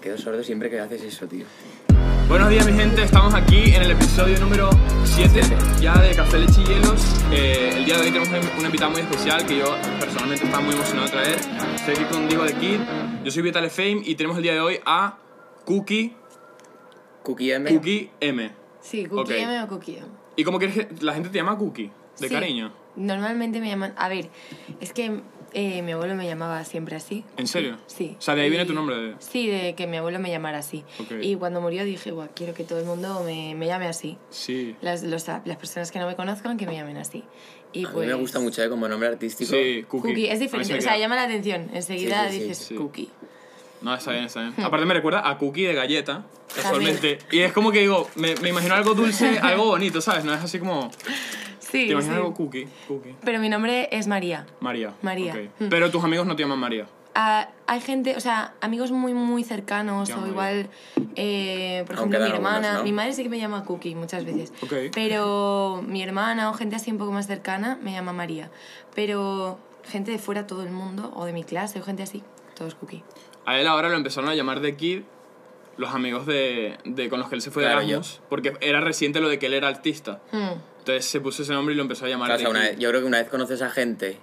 quedo sordo siempre que haces eso, tío. Buenos días mi gente, estamos aquí en el episodio número 7 ya de Café Leche y Hielos. Eh, el día de hoy tenemos una invitada muy especial que yo personalmente estaba muy emocionado de traer. Estoy aquí con Diego de Kid, yo soy Vital Fame y tenemos el día de hoy a Cookie, Cookie M. Cookie M. Sí, Cookie Ok. M o Cookie M. ¿Y cómo quieres que la gente te llama Cookie? De Sí, cariño. Normalmente me llaman. A ver, es que eh, mi abuelo me llamaba siempre así. ¿En serio? Sí. O sea, de ahí viene Y- tu nombre. de- Sí, de que mi abuelo me llamara así. Ok. Y cuando murió dije, guau, quiero que todo el mundo me, me llame así. Sí. Las, los- las personas que no me conozcan, que me llamen así. Y a pues, mí me gusta mucho ¿eh? como nombre artístico. Sí, Cookie. Cookie. es A diferente, mí se o sea, me queda. llama la atención. Enseguida Sí, sí, sí, dices sí. Cookie. No, está bien, está bien. Aparte me recuerda a Cookie de galleta, casualmente. Hmm. También. Y es como que digo, me, me imagino algo dulce, algo bonito, ¿sabes? No es así como... Sí, Te imaginas sí. algo cookie, cookie. Pero mi nombre es María. María. María. ok. Mm. Pero tus amigos no te llaman María. Ah, hay gente, o sea, amigos muy, muy cercanos, Ya, o muy igual, eh, por Aunque ejemplo, mi hagan algunas, hermana. ¿no? Mi madre sí que me llama Cookie muchas veces. Ok. Pero mi hermana o gente así un poco más cercana me llama María. Pero gente de fuera, todo el mundo, o de mi clase, o gente así, todos Cookie. A él ahora lo empezaron a llamar de Kid los amigos de, de- con los que él se fue Claro, de Erasmus, porque era reciente lo de que él era artista. Hmm. Entonces se puso ese nombre y lo empezó a llamar Claro, o sea, de una Kid. vez- yo creo que una vez conoces a gente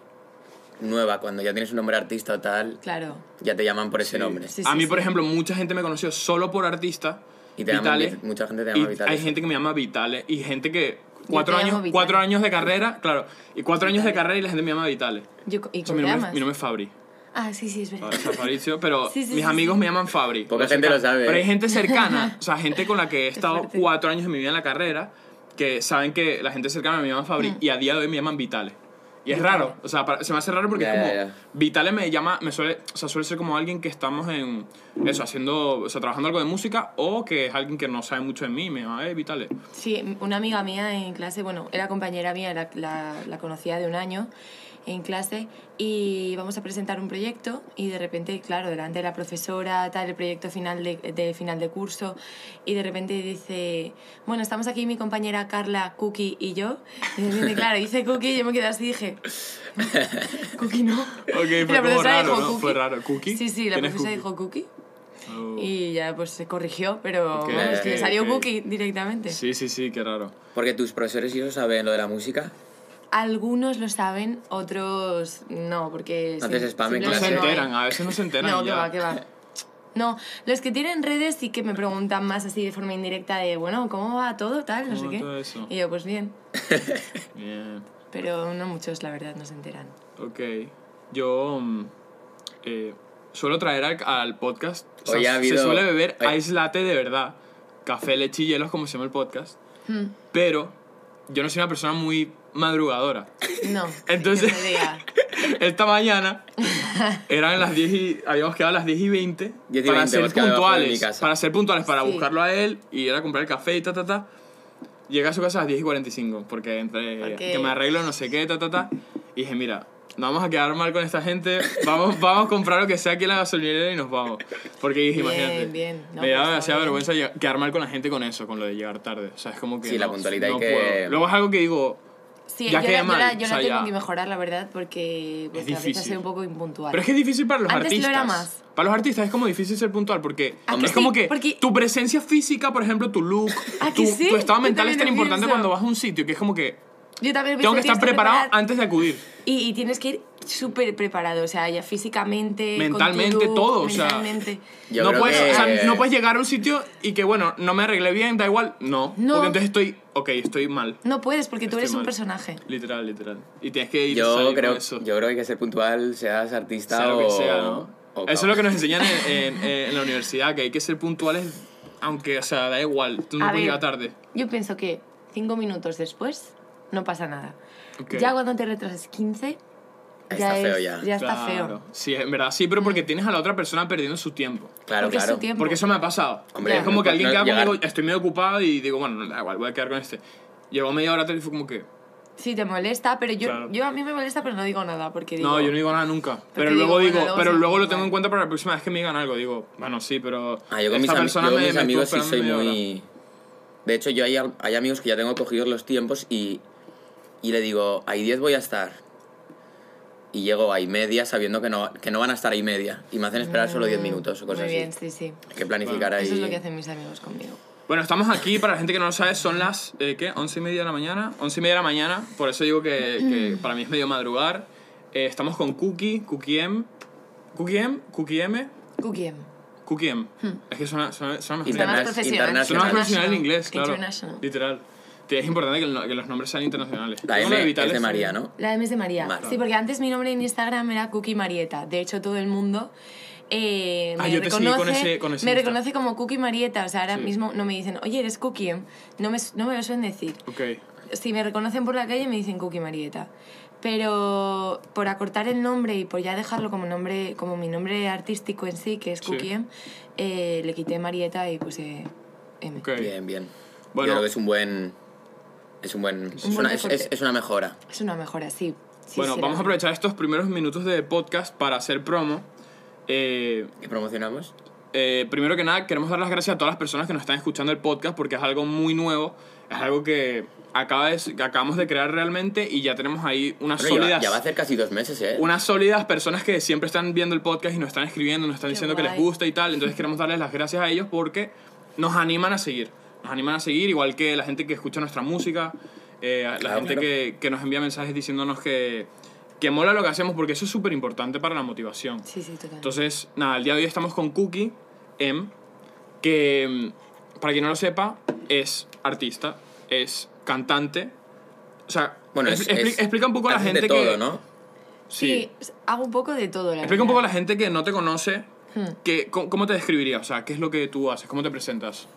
nueva, cuando ya tienes un nombre artista o tal, Claro. ya te llaman por ese nombre. Sí, a mí, sí. por ejemplo, mucha gente me conoció solo por artista. Y te llaman Vitale, Vit- mucha gente te llama y Vitale. Hay gente que me llama Vitale y gente que... te Cuatro llamo años, Vitale. cuatro años de carrera, claro. Y cuatro años de carrera y la gente me llama Vitale. Yo, ¿Y O sea, cómo mi, nombre, te es- llamas? mi nombre es Fabri. Ah, sí, sí, es verdad. Fabrizio, Fabrizio, pero Sí, sí, mis sí, amigos me llaman Fabri. Poca sé gente ca- lo sabe. Pero hay gente cercana, o sea, gente con la que he estado fuerte. cuatro años de mi vida en la carrera, que saben que la gente cercana me llaman Mm. Fabri y a día de hoy me llaman Vitale. Y es Vitale. raro, o sea, para- se me hace raro porque Ya, es como. ya, ya. Vitale me llama, me suele, o sea, suele ser como alguien que estamos en. Eso, haciendo, o sea, trabajando algo de música o que es alguien que no sabe mucho de mí, me llama, eh, Vitale. Sí, una amiga mía en clase, bueno, era compañera mía, la, la- la conocía de un año en clase y íbamos a presentar un proyecto y de repente, claro, delante de la profesora, tal, el proyecto final de, de final de curso y de repente dice, bueno, estamos aquí mi compañera Carla, Cookie y yo. Y de repente, claro, dice Cookie y yo me quedé así y dije, Cookie no. fue Y como raro, ¿no? Fue raro, ¿Cookie? Sí, sí, la ¿Quién es profesora Cookie? dijo Cookie Oh. y ya pues se corrigió, pero Ok, vamos, que ok, le salió ok. Cookie directamente. Sí, sí, sí, qué raro. Porque tus profesores y eso saben lo de la música. Algunos lo saben, otros no, porque... No te sim- spam en No se clase. simplemente hay. enteran, a veces no se enteran. No, y que ya. va, que va. No, los que tienen redes sí que me preguntan más así de forma indirecta de, bueno, ¿cómo va todo? Tal, no ¿Cómo sé va qué. todo eso? Y yo, pues bien. Bien. Pero no muchos, la verdad, no se enteran. Ok. Yo mm, eh, suelo traer al, al podcast. o sea, Hoy ha se habido- suele beber hoy- ice latte de verdad. Café, leche y hielos, como se llama el podcast. Hmm. Pero yo no soy una persona muy madrugadora. No. Entonces- que se diga. Esta mañana eran las 10 y. Habíamos quedado a las 10 y 20. 10 y para 20, ser hemos quedado abajo de mi puntuales. casa. Para ser puntuales, para Sí. buscarlo a él y ir a comprar el café y ta, ta, ta. Llegué a su casa a las 10 y 45, porque entre Porque- que me arreglo, no sé qué, ta, ta, ta. Y dije, mira, no vamos a quedar mal con esta gente, vamos, vamos a comprar lo que sea aquí en la gasolinera y nos vamos. Porque dije, Bien, imagínate. bien. me No, daba pues está demasiada bien. vergüenza lleg- quedar mal con la gente con eso, con lo de llegar tarde. O sea, es como que. Sí, la no, puntualidad hay no que- puedo. Luego es algo que digo. Sí, Ya yo, queda la, yo la- mal, yo o la sea, tengo ya. que mejorar, la verdad, porque pues, a difícil. veces soy un poco impuntual. Pero es que es difícil para los Antes lo artistas. era más. Para los artistas es como difícil ser puntual porque ¿A es que como sí? que Porque- tu presencia física, por ejemplo, tu look, ¿A tu, que sí? tu estado Yo mental es también tan lo importante pienso. cuando vas a un sitio que es como que Yo tengo que también pienso estar tienes preparado preparar- antes de acudir. Y, y tienes que ir súper preparado, o sea, ya físicamente, con tu Mentalmente, look, todo, o sea, mentalmente. Yo no creo puedes, que- o sea, no puedes llegar a un sitio y que bueno, no me arreglé bien, da igual, no, No. porque entonces estoy, ok, estoy mal. No puedes porque tú Estoy eres mal. un personaje. Literal, literal. Y tienes que ir Yo salir con creo, eso. yo creo que hay que ser puntual, seas artista sea lo o... que sea, ¿no? o Eso es lo que cabrón. nos enseñan en, en- en la universidad, que hay que ser puntuales, aunque, o sea, da igual, tú no A puedes ver, llegar tarde. Yo pienso que cinco minutos después no pasa nada. Ok. Ya cuando te retrasas 15, Ahí ya, está feo es- ya. está Claro. feo. Sí, en verdad sí, pero porque tienes a la otra persona perdiendo su tiempo. Claro, porque es su claro. tiempo. Porque eso me ha pasado. Hombre, es como que no- alguien no queda llegar- conmigo, estoy medio ocupado y digo, bueno, no, da igual, voy a quedar con este. Llegó media hora tarde y fue como que, Sí, te molesta, pero yo, Claro. yo a mí me molesta, pero no digo nada porque digo... no, yo no digo nada nunca. Pero digo, luego bueno, digo, luego pero sí, luego lo vale. tengo en cuenta para la próxima vez que me digan algo. Digo, bueno, sí, pero Ah, yo con mis, esta ami- persona yo con me- mis me amigos estuvo sí soy esperando media hora. muy... De hecho, yo hay, hay amigos que ya tengo cogidos los tiempos y, y le digo, a 10 voy a estar. y llego a y media sabiendo que no, que no van a estar ahí media y me hacen esperar solo 10 minutos o cosas Mm, Muy bien, así. sí, sí. Hay que planificar ahí. Eso es lo que hacen mis amigos conmigo. Bueno, estamos aquí, para la gente que no lo sabe, son las, eh, ¿qué? ¿11 y media de la mañana? 11 y media de la mañana, por eso digo que, que para mí es medio madrugar. Eh, estamos con Cookie, Cookie M, Cookie M, Cookie M, Cookiem. Cookie M. Hmm. Es que suena, suena, suena mejor. Suena más Interna- profesional. Suena más internacional. profesional en inglés, claro. International. Literal. Te- Es importante que, el no- que los nombres sean internacionales. La Tengo M lo es vitales. de María, ¿no? La M es de María. Vale. Sí, porque antes mi nombre en Instagram era Cookie Marieta. De hecho, todo el mundo eh, Ah, me, yo te seguí reconoce, con ese- con ese me Insta. reconoce como Cookie Marieta. O sea, ahora Sí. mismo no me dicen, oye, eres Cookie. em". No me, no me lo suelen decir. Ok. Si me reconocen por la calle, me dicen Cookie Marieta. Pero por acortar el nombre y por ya dejarlo como nombre como mi nombre artístico en sí, que es Sí. Cookie em, eh, le quité Marieta y puse M. Ok. Bien, bien. Bueno. Yo creo que es un buen. Es un buen. Es, buen una, es- recorte. es- es una mejora. Es una mejora, sí. Sí, bueno, será. vamos a aprovechar estos primeros minutos de podcast para hacer promo. Eh, ¿Qué promocionamos? Eh, primero que nada, queremos dar las gracias a todas las personas que nos están escuchando el podcast porque es algo muy nuevo, es algo que, acaba de- que acabamos de crear realmente y ya tenemos ahí unas Bueno, ya, va- sólidas. ya va a hacer casi dos meses, ¿eh? unas sólidas personas que siempre están viendo el podcast y nos están escribiendo, nos están Qué diciendo que les guay. gusta y tal. Entonces queremos darles las gracias a ellos porque nos animan a seguir. Nos animan a seguir, igual que la gente que escucha nuestra música, eh, a la Claro, gente claro. Que, que nos envía mensajes diciéndonos que, que mola lo que hacemos porque eso es súper importante para la motivación. Sí, sí, totalmente. Entonces, nada, el día de hoy estamos con Cookie M, que mm, para quien no lo sepa, es artista, es cantante. O sea, Bueno, es- es- expli- es- explica un poco a la haces gente de todo, que. ¿no? Sí. Sí. hago un poco de todo, la Explica un poco a la verdad. gente que no te conoce, Hmm. que, ¿cómo, cómo te describirías? O sea, ¿qué es lo que tú haces? ¿Cómo te presentas?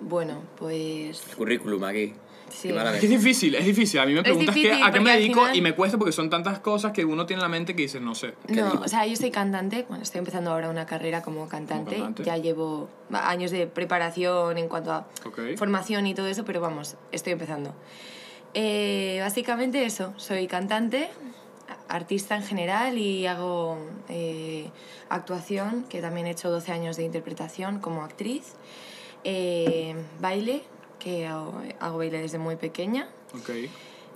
Bueno, pues... El currículum aquí. Sí. Encima de la Es mesa. que es difícil, es difícil. A mí me Es preguntas que- difícil, a qué me porque al dedico final- y me cuesta porque son tantas cosas que uno tiene en la mente que dices, no sé. ¿Qué No, digo? o sea, yo soy cantante, bueno, estoy empezando ahora una carrera como cantante, cantante. ya llevo años de preparación en cuanto a Ok. formación y todo eso, pero vamos, estoy empezando. Eh, básicamente eso, soy cantante, a- artista en general y hago eh, actuación, que también he hecho 12 años de interpretación como actriz, eh, baile, que hago- hago baile desde muy pequeña. Ok.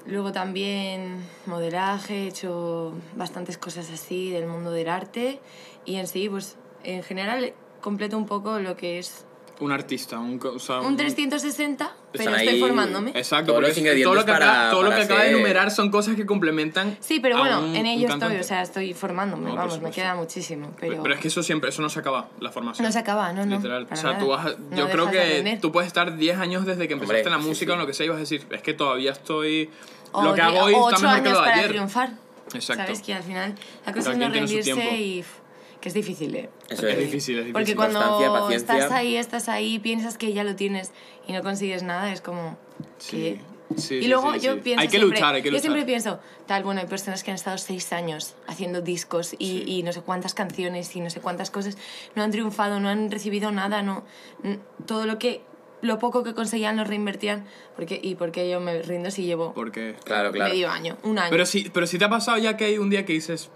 Luego también modelaje, he hecho bastantes cosas así del mundo del arte y en sí, pues en general completo un poco lo que es Un artista, un, co- o sea, un Ah, un- 360, pero Están estoy ahí- formándome. Exacto, Todos los porque es- todo lo que, ingredientes acaba, para- todo lo para que acaba de ser- enumerar son cosas que complementan. Sí, pero a bueno, un- en un ello estoy, cantante. o sea, estoy formándome, No, por vamos, me supuesto. queda muchísimo, Pe- pero... Pero es que eso siempre, eso no se acaba, la formación. No se acaba, no, no. Literal. para o sea, nada. tú vas a- No yo creo dejas de que aprender. tú puedes estar 10 años desde que empezaste Hombre, en la sí, música sí. o lo que sea y vas a decir, es que todavía estoy. O lo que hago hoy o está ocho mejor que años lo de para ayer. triunfar. Exacto. Sabes que al final la Cada cosa es no quien tiene su tiempo. rendirse y... pff, que es difícil, ¿eh? Eso Es es. difícil, es difícil. Porque Constancia, cuando paciencia. estás ahí, estás ahí, piensas que ya lo tienes y no consigues nada, es como... Sí. ¿qué? Sí, y sí, luego sí, yo sí. pienso... Hay que siempre- luchar, hay que Yo siempre luchar. pienso, tal, bueno, hay personas que han estado seis años haciendo discos y, Sí. y no sé cuántas canciones y no sé cuántas cosas, no han triunfado, no han recibido nada, no... n- Todo lo que... Lo poco que conseguían lo reinvertían. Porque, ¿Y por qué yo me rindo si llevo Porque. Claro, claro. medio año, un año? Pero sí, pero sí te ha pasado ya que hay un día que dices,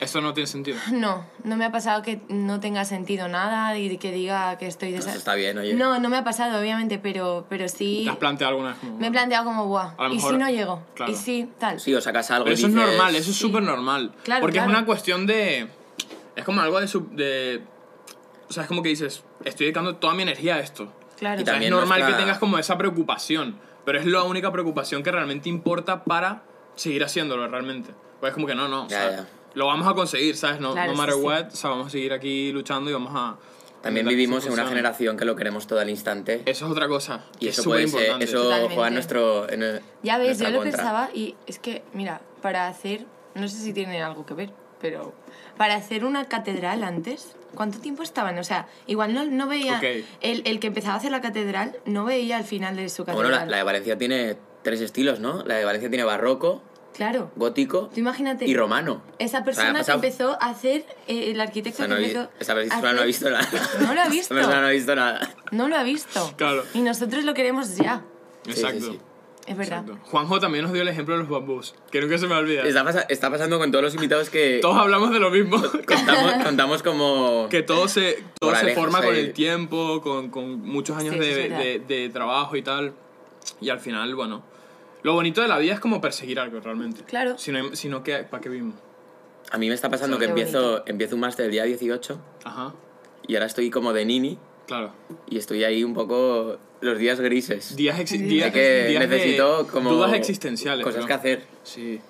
esto no tiene sentido. No, no me ha pasado que no tenga sentido nada y que diga que estoy... Eso desa- Pues está bien, oye. No, no me ha pasado, obviamente, pero, pero sí... ¿Te has planteado alguna vez? como, Me he planteado como, guau, A lo ¿y mejor- si no llego? claro. ¿Y si tal? Sí, o sacas algo Pero y eso es dices, normal, eso es súper normal. Claro, porque es claro. una cuestión de. Es como algo de, sub- de. O sea, es como que dices, estoy dedicando toda mi energía a esto. Claro. Y O sea, es También normal nuestra- que tengas como esa preocupación, pero es la única preocupación que realmente importa para seguir haciéndolo realmente. Pues es como que no, no, o Ya, sea, ya. lo vamos a conseguir, ¿sabes? No, Claro, no sí, matter sí. what, o sea, vamos a seguir aquí luchando y vamos a... También intentar que vivimos eso en una funcione. generación que lo queremos todo al instante. Eso es otra cosa. y que es eso puede ser, superimportante. eso Totalmente. juega en nuestro. en el- Ya ves, nuestra yo lo contra. pensaba y es que, mira, para hacer, no sé si tiene algo que ver, pero para hacer una catedral antes, ¿cuánto tiempo estaban? O sea, igual no, no veía, Ok. el, el que empezaba a hacer la catedral no veía al final de su Bueno, catedral. la, la de Valencia tiene tres estilos, ¿no? La de Valencia tiene barroco, Claro, gótico tú imagínate. y romano. Esa O sea, ha persona que pasado- empezó a hacer, eh, el O arquitecto sea, no que vi- empezó esa a persona no ha hacer- visto nada. No lo ha Esa visto. persona no ha visto nada. No lo ha visto. Claro. Y nosotros lo queremos ya. Sí, sí, Exacto. sí. Es verdad. exacto. Juanjo también nos dio el ejemplo de los bambús. Creo que se me ha olvidado. Está, pasa- está pasando con todos los invitados que Todos hablamos de lo mismo. contamos, contamos como... que todo se, todo se Moralejas forma con ahí. el tiempo, con, con muchos años Sí, de, eso es verdad. de- de trabajo y tal. Y al final, bueno, lo bonito de la vida es como perseguir algo realmente. Claro. Si no, si no ¿qué- ¿para qué vivimos? A mí me está pasando Qué que empiezo, bonito. empiezo un máster el día 18 Ajá, y ahora estoy como de nini claro. y estoy ahí un poco los días grises. Días, exi- días, de que días de necesito como... dudas existenciales. Cosas ¿no? que hacer. Sí,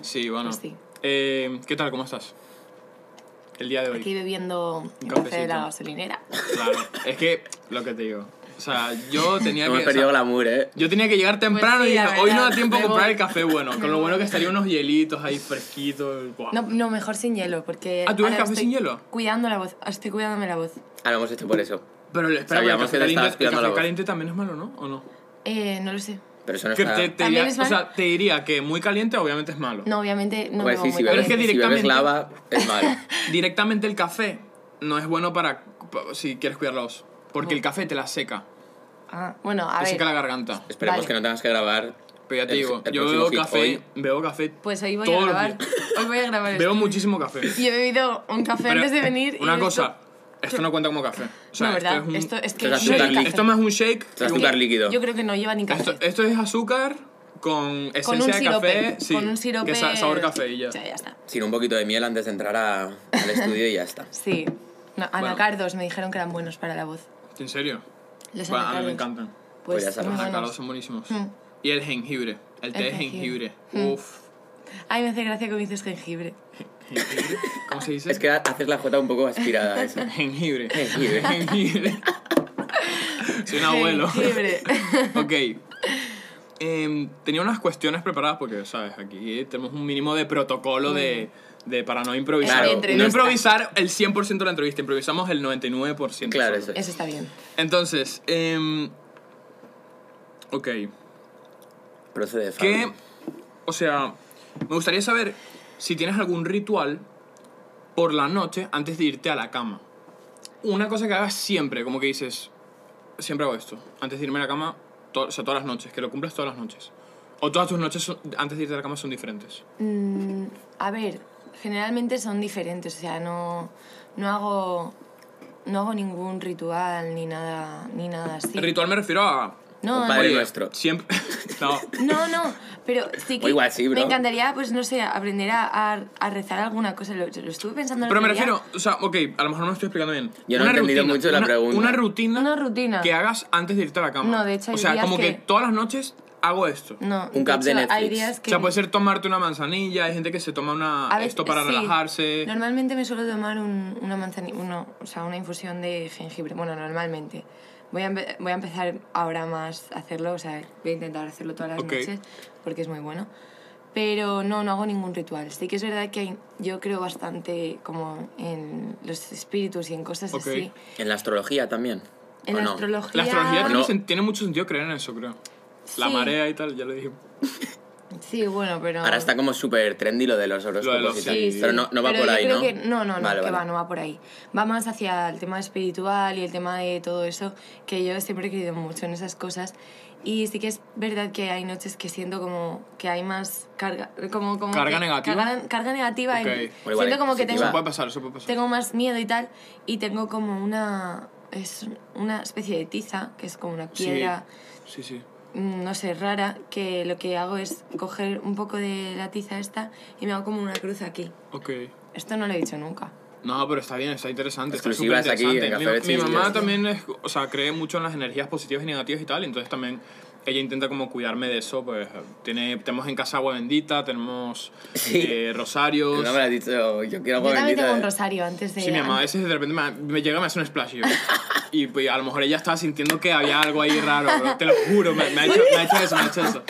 sí, bueno. Pues sí. Eh, ¿Qué tal? ¿Cómo estás? El día de hoy. Aquí bebiendo un café de cafecito. la gasolinera. Claro, es que lo que te digo. O sea, yo tenía Hemos que. perdido o sea, glamour, ¿eh? yo tenía que llegar temprano Pues sí, y la dije, hoy no da verdad, tiempo a me comprar voy. el café bueno. Con lo bueno que estarían unos hielitos ahí fresquitos. guau. No, no, mejor sin hielo, porque... Ah, ¿tú ves ahora café estoy sin hielo? Cuidando la voz, estoy cuidándome la voz. Ah, lo hemos hecho por eso. Pero le- espera, Sabíamos porque que te el estabas café, caliente, el pillando la café voz. caliente también es malo, ¿no? ¿O no? Eh, no lo sé. Pero eso no Que está... te- te ¿También diría- es o sea, malo? te diría que muy caliente obviamente es malo. No, obviamente no Pues bebo sí, muy si Pero bebes, es que caliente. si bebes directamente- lava, es malo. Directamente el café no es bueno para pa- si quieres cuidar la voz. Porque el café te la seca. Ah, bueno, a Te ver, seca la garganta. Esperemos Vale. que no tengas que grabar. Pero ya te el- digo, el yo próximo bebo hit café, hoy. bebo café. pues hoy voy a todos los grabar. días. Hoy voy a grabar esto. Bebo muchísimo café. Yo he bebido un café Pero, antes de venir. y Una esto- cosa, esto no cuenta como café. O sea, no, esto ¿verdad? es un- Esto es Esto que es no shake. lleva azúcar café. líquido. Esto no es un shake. Esto es azúcar líquido. Yo creo que no lleva ni café. Esto, esto es azúcar con esencia con un de sirope. café. sí, con un sirope. Que sa- sabor café y ya. O sea, ya está. Sin un poquito de miel antes de entrar a- al estudio y ya está. Sí. No, anacardos me dijeron que eran buenos para la voz. ¿En serio? Los Bueno, a mí anacardos. me encantan. Pues Pues, ya sabes, muy Los buenos. anacardos son buenísimos. Mm. Y el jengibre. El té El de jengibre. jengibre. Mm. Uf. Ay, me hace gracia que me dices jengibre. ¿Jengibre? ¿Cómo se dice? Es que haces la jota un poco aspirada a eso. Jengibre. Jengibre. Jengibre. Soy un abuelo. Jengibre. Ok. Em, tenía unas cuestiones preparadas porque, ¿sabes? Aquí tenemos un mínimo de protocolo de, Mm. de para no improvisar. Claro, no entrevista. improvisar el 100% de la entrevista, improvisamos el 99%. Claro, solo. eso es. Eso está bien. Entonces, em, ok. Procede Fabio. ¿Qué? O sea, me gustaría saber si tienes algún ritual por la noche antes de irte a la cama. Una cosa que hagas siempre, como que dices, siempre hago esto, antes de irme a la cama, to- o sea, todas las noches, que lo cumples todas las noches. O todas tus noches son- antes de irte a la cama son diferentes. Mm, a ver, generalmente son diferentes, o sea, no, no hago no hago ningún ritual ni nada ni nada así. El ritual me refiero a... No, Un no, padre Oye, nuestro. Siempre... no. No, no, pero sí que O igual sí, bro. me encantaría, pues no sé, aprender a, a- a rezar alguna cosa. Lo, lo estuve pensando el Pero me otro día. refiero, o sea, ok, a lo mejor no me estoy explicando bien. Yo no he entendido mucho la una- pregunta. Una rutina... Una rutina. que hagas antes de irte a la cama. No, de hecho, hay O sea, días como que... que- todas las noches hago esto. No, Un cap de hecho, Hay Netflix. días O que sea, puede ser tomarte una manzanilla, hay gente que se toma una a veces- esto para sí. relajarse. Normalmente me suelo tomar un- una manzanilla, uno, o sea, una infusión de jengibre. Bueno, normalmente. Voy a, empe- voy a empezar ahora más a hacerlo, o sea, voy a intentar hacerlo todas las Ok. noches porque es muy bueno. Pero no, no hago ningún ritual. Sí que es verdad que hay- yo creo bastante como en los espíritus y en cosas Ok. así. ¿En la astrología también? En ¿O la no? astrología... La astrología O tiene, no. sen- tiene mucho sentido creer en eso, creo. La Sí. marea y tal, ya lo dije. Sí, bueno, pero... Ahora está como súper trendy lo de los Lo de horóscopos los- y tal. Sí, sí. Pero no, no va Pero por yo ahí, creo ¿no? que- no, no, no, Vale, que vale. va, no va por ahí. Va más hacia el tema espiritual y el tema de todo eso, que yo siempre he creído mucho en esas cosas. Y sí que es verdad que hay noches que siento como que hay más carga... Como, como ¿Carga que- negativa? Carga, carga negativa. y Ok. Bueno, igual siento como que positiva. tengo, Eso puede pasar, eso puede pasar. tengo más miedo y tal, y tengo como una... Es una especie de tiza, que es como una Sí. piedra Sí, sí. mm, no sé, rara, que lo que hago es coger un poco de la tiza esta y me hago como una cruz aquí. Ok. Esto no lo he dicho nunca. No, pero está bien, está interesante. Está Exclusivas súper aquí en Café de Mi, mi Chistes. mamá también es, o sea, cree mucho en las energías positivas y negativas y tal, y entonces también ella intenta como cuidarme de eso. Pues tiene, tenemos en casa agua bendita, tenemos Sí. eh, rosarios. No me lo has dicho, yo quiero Yo agua también bendita. tengo un de- rosario antes de... Sí, mi mamá a veces de repente me, me llega y me hace un splash. y yo- y pues, a lo mejor ella estaba sintiendo que había algo ahí raro, bro, te lo juro, me, me ha hecho, me ha hecho eso, me ha hecho eso.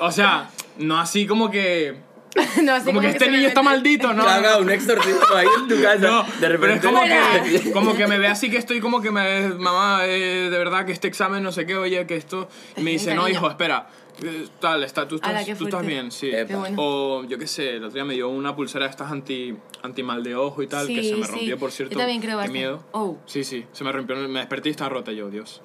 O sea, no así como que... No, así Como que este se me niño está mete- maldito, ¿no? Claro, un exorcismo ahí en tu casa. No, de pero repente. es como que, Fuera. como que me ve así que estoy como que me... Mamá, eh, de verdad que este examen, no sé qué, oye, que esto... y Me dice, no, Cariño. hijo, espera. eh, Tal, está, tú, Ala, estás, qué tú estás fuerte. bien, sí. Epa. Qué bueno. O yo qué sé, el otro día me dio una pulsera de estas anti, anti mal de ojo y tal, que Sí, se me sí. rompió, por Yo cierto. también creo qué bastante. miedo. Oh. Sí, sí, se me rompió, me desperté y estaba rota yo, Dios.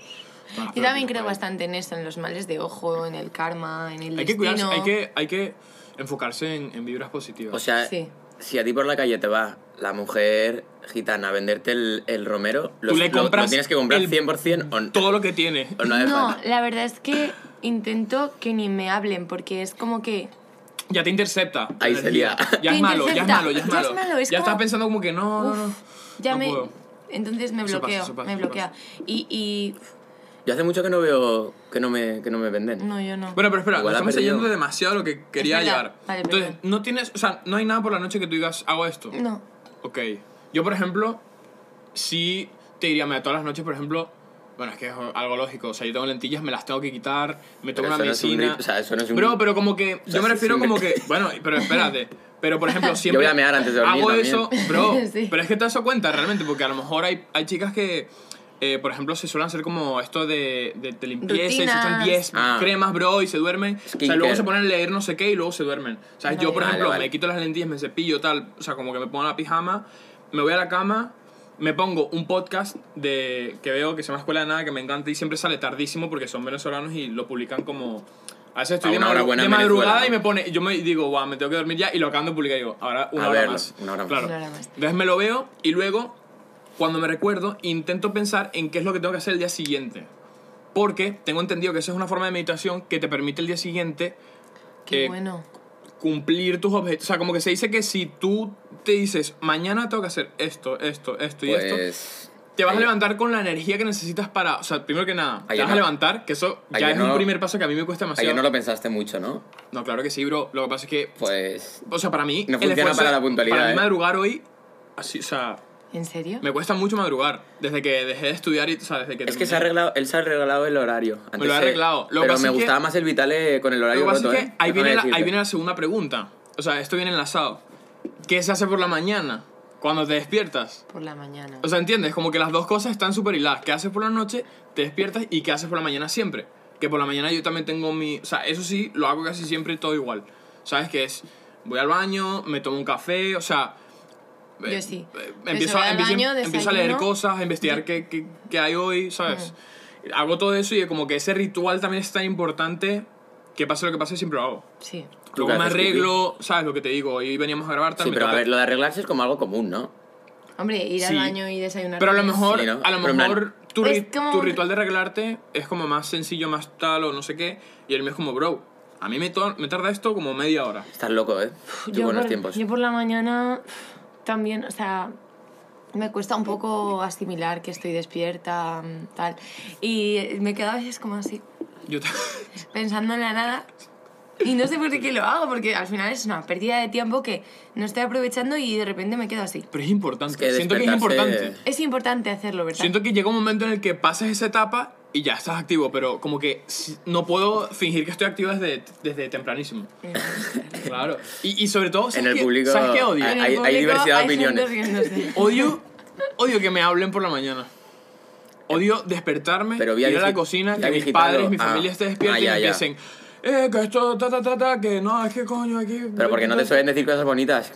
Oh, Yo también creo bastante en eso, en los males de ojo, en el karma, en el Hay que destino. cuidarse, hay que, hay que enfocarse en, en vibras positivas. O sea, Sí. si a ti por la calle te va la mujer gitana a venderte el, el romero, lo, le lo- lo compras tienes que comprar el- 100% o, todo lo que tiene. o no hace No, falta. la verdad es que intento que ni me hablen, porque es como que Ya te intercepta. la Ahí se energía. lía. Ya Te es malo, ya es intercepta. malo, ya es malo. Ya, es como- estás pensando como que no, no, no. Uf, ya no me. puedo. Entonces me Eso pasa, bloqueo, eso pasa, me eso bloquea. pasa. Y, y. Yo hace mucho que no veo que no me, que no me venden. No, yo no. Bueno, pero espera, Igual ha estamos perdido. yendo demasiado a lo que quería verdad. llevar. Vale, Entonces, perdón. no tienes, o sea, no hay nada por la noche que tú digas, hago esto. no. Ok. Yo, por ejemplo, sí te diría, mira, todas las noches, por ejemplo, bueno, es que es algo lógico. O sea, yo tengo lentillas, me las tengo que quitar, me tomo Pero una eso no es un medicina. rip- o sea, eso no es un- Bro, pero como que. eso yo me es refiero un como rip- que. Bueno, pero espérate. Pero, por ejemplo, siempre. voy a mear antes de dormir Hago también. eso, bro. Sí. Pero es que te das cuenta realmente, porque a lo mejor hay, hay chicas que. eh, por ejemplo, se suelen hacer como esto de, de, de limpieza y se echan Rutinas. 10 Ah. cremas, bro, y se duermen. O sea, Skincare. luego se ponen a leer no sé qué y luego se duermen. O sea, yo, por Vale, ejemplo, vale. me quito las lentillas, me cepillo, tal. O sea, como que me pongo la pijama, me voy a la cama, me pongo un podcast de que veo que se llama Escuela de Nada, que me encanta y siempre sale tardísimo porque son venezolanos y lo publican como... A veces estoy A de, una hora madru- buena de en madrugada Venezuela, y ¿no? me pone... Yo me digo, guau, me tengo que dormir ya y lo acaban de publicar y digo, ahora una A hora verlo, más. una hora más. Claro. Una hora más. Entonces me lo veo y luego, cuando me recuerdo, intento pensar en qué es lo que tengo que hacer el día siguiente. Porque tengo entendido que esa es una forma de meditación que te permite el día siguiente Qué eh, bueno. cumplir tus objetivos. O sea, como que se dice que si tú te dices, mañana tengo que hacer esto, esto, esto y esto, Pues. te vas a ahí- levantar con la energía que necesitas para. O sea, primero que nada, te Ayer vas a no- levantar, que eso ya ayer es un no- primer paso que a mí me cuesta demasiado. Ayer no lo pensaste mucho, ¿no? No, claro que sí, bro. Lo que pasa es que. Pues. O sea, para mí. No el funciona esfuerzo- para la puntualidad, Para mí ¿eh? madrugar hoy. Así, o sea, ¿En serio? me cuesta mucho madrugar. Desde que dejé de estudiar y. O sea, desde que. Es que terminé. se ha arreglado, él se ha arreglado el horario. Antes lo ha se- arreglado. Lo que pero pasa me es que- gustaba más el Vitale con el Lo horario que pasa roto, es que ¿eh? ahí viene, la, Déjame ahí decirte. viene la segunda pregunta. O sea, esto viene enlazado. ¿Qué se hace por la mañana? Cuando te despiertas. Por la mañana. O sea, ¿entiendes? Como que las dos cosas están súper hiladas. ¿Qué haces por la noche? Te despiertas y ¿qué haces por la mañana siempre? Que por la mañana yo también tengo mi... O sea, eso sí, lo hago casi siempre todo igual. ¿Sabes? Que es, voy al baño, me tomo un café, o sea... Yo sí. eh, Pues empiezo, voy a, al empiezo- baño, empiezo a leer desayuno. cosas, a investigar qué, qué- qué hay hoy, ¿sabes? Hago todo eso y como que ese ritual también es tan importante que pase lo que pase, siempre lo hago. Sí. ¿Tú Luego qué me haces, Kiki? arreglo, ¿sabes? Lo que te digo, hoy veníamos a grabar tal, Sí, me pero a toca- ver, lo de arreglarse es como algo común, ¿no? Hombre, ir Sí. al baño y desayunar. Pero a lo con- mejor, Sí, ¿no? a lo Pero en plan- mejor tu, Es ri- como tu un- ritual de arreglarte es como más sencillo, más tal o no sé qué. Y él me es como, bro, a mí me, to- me tarda esto como media hora. Estás loco, ¿eh? Tú yo con los por- tiempos. Yo por la mañana también, o sea, me cuesta un poco asimilar que estoy despierta, mm, tal. Y me quedo a veces como así, Yo ta- pensando en la nada. Y no sé por qué lo hago, porque al final es una pérdida de tiempo que no estoy aprovechando y de repente me quedo así. Pero es importante. que Siento que es despertarse- importante. Es importante hacerlo, ¿verdad? Siento que llega un momento en el que pasas esa etapa y ya estás activo, pero como que si- no puedo fingir que estoy activo desde, desde tempranísimo. Claro. Y, y sobre todo, ¿sabes En el qué- público- ¿sabes qué odio? hay- En el hay público diversidad de hay gente opiniones. riéndose. Odio, odio que me hablen por la mañana. Odio despertarme, Pero vi a ir a la visi- cocina, vi que a mis visitarlo. padres, mi Ah. familia esté despierta Ah, y ya, me ya. empiecen. Eh, que esto, ta, ta, ta, ta, que no, es que coño, aquí. Pero porque no te suelen decir cosas bonitas,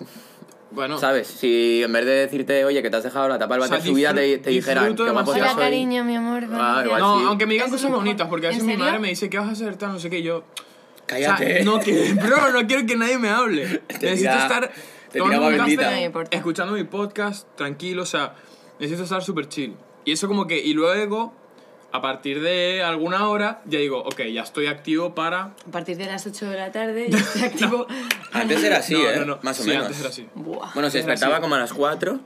Bueno, ¿sabes? Si en vez de decirte, oye, que te has dejado la tapa del O sea, bate subida, te, disfruto- te dijeran, disfruto qué guapo demasiado. ya Hola, soy. cariño, mi amor. buenos Ah, días. igual no, sí. aunque me digan Eso es cosas mejor. bonitas, porque a veces ¿En mi serio? madre me dice, ¿qué vas a hacer? Tal, no sé qué, y yo. O Cállate. sea, no quiero, bro, no quiero que nadie me hable. Necesito tira- estar te tomando tiraba un café, bendita. No me importa. escuchando mi podcast, tranquilo, o sea, necesito estar súper chill. Y eso como que, y luego, a partir de alguna hora, ya digo, ok, ya estoy activo para... A partir de las 8 de la tarde, yo estoy activo. Antes era así, No, ¿eh? no, no. Más o Sí, menos. antes era así. Bueno, Buah. se Antes era despertaba así. como a las 4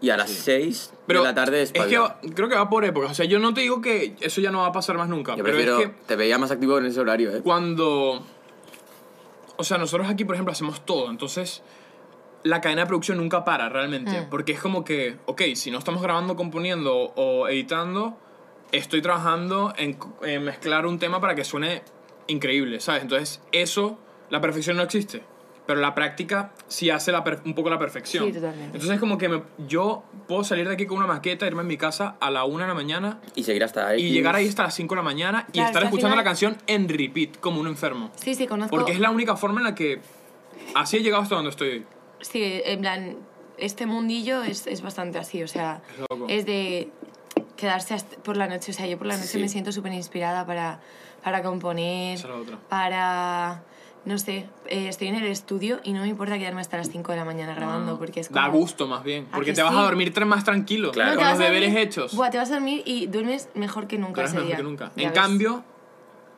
y a las 6 Pero de la tarde es que va- creo que va por épocas, o sea, yo no te digo que eso ya no va a pasar más nunca, Yo pero prefiero... es que Te veía más activo en ese horario, ¿eh? cuando... O sea, nosotros aquí, por ejemplo, hacemos todo, entonces la cadena de producción nunca para realmente, Mm. porque es como que, ok, si no estamos grabando, componiendo o editando, estoy trabajando en, c- en mezclar un tema para que suene increíble, ¿sabes? Entonces, eso, la perfección no existe, pero la práctica sí hace la per- un poco la perfección. Sí, totalmente. Entonces, es como que me- yo puedo salir de aquí con una maqueta, irme a mi casa a la una de la mañana Y seguir hasta y X. llegar ahí hasta las 5 de la mañana y Claro, es estar que al escuchando la final- canción en repeat como un enfermo. Sí, sí, conozco. Porque es la única forma en la que así he llegado hasta donde estoy hoy. Sí, en plan, este mundillo es, es bastante así, o sea, Es loco. es de quedarse hasta- por la noche, o sea, yo por la noche Sí. me siento súper inspirada para, para componer, Esa es la otra. para, no sé, eh, estoy en el estudio y no me importa quedarme hasta las 5 de la mañana grabando, porque es como... Da gusto más bien, ¿A porque que te vas a sí? dormir tra- más tranquilo, Claro. No, con te los vas a dormir- deberes hechos. Buah, te vas a dormir y duermes mejor que nunca Pero es ese mejor día. que nunca. Ya en ves. cambio,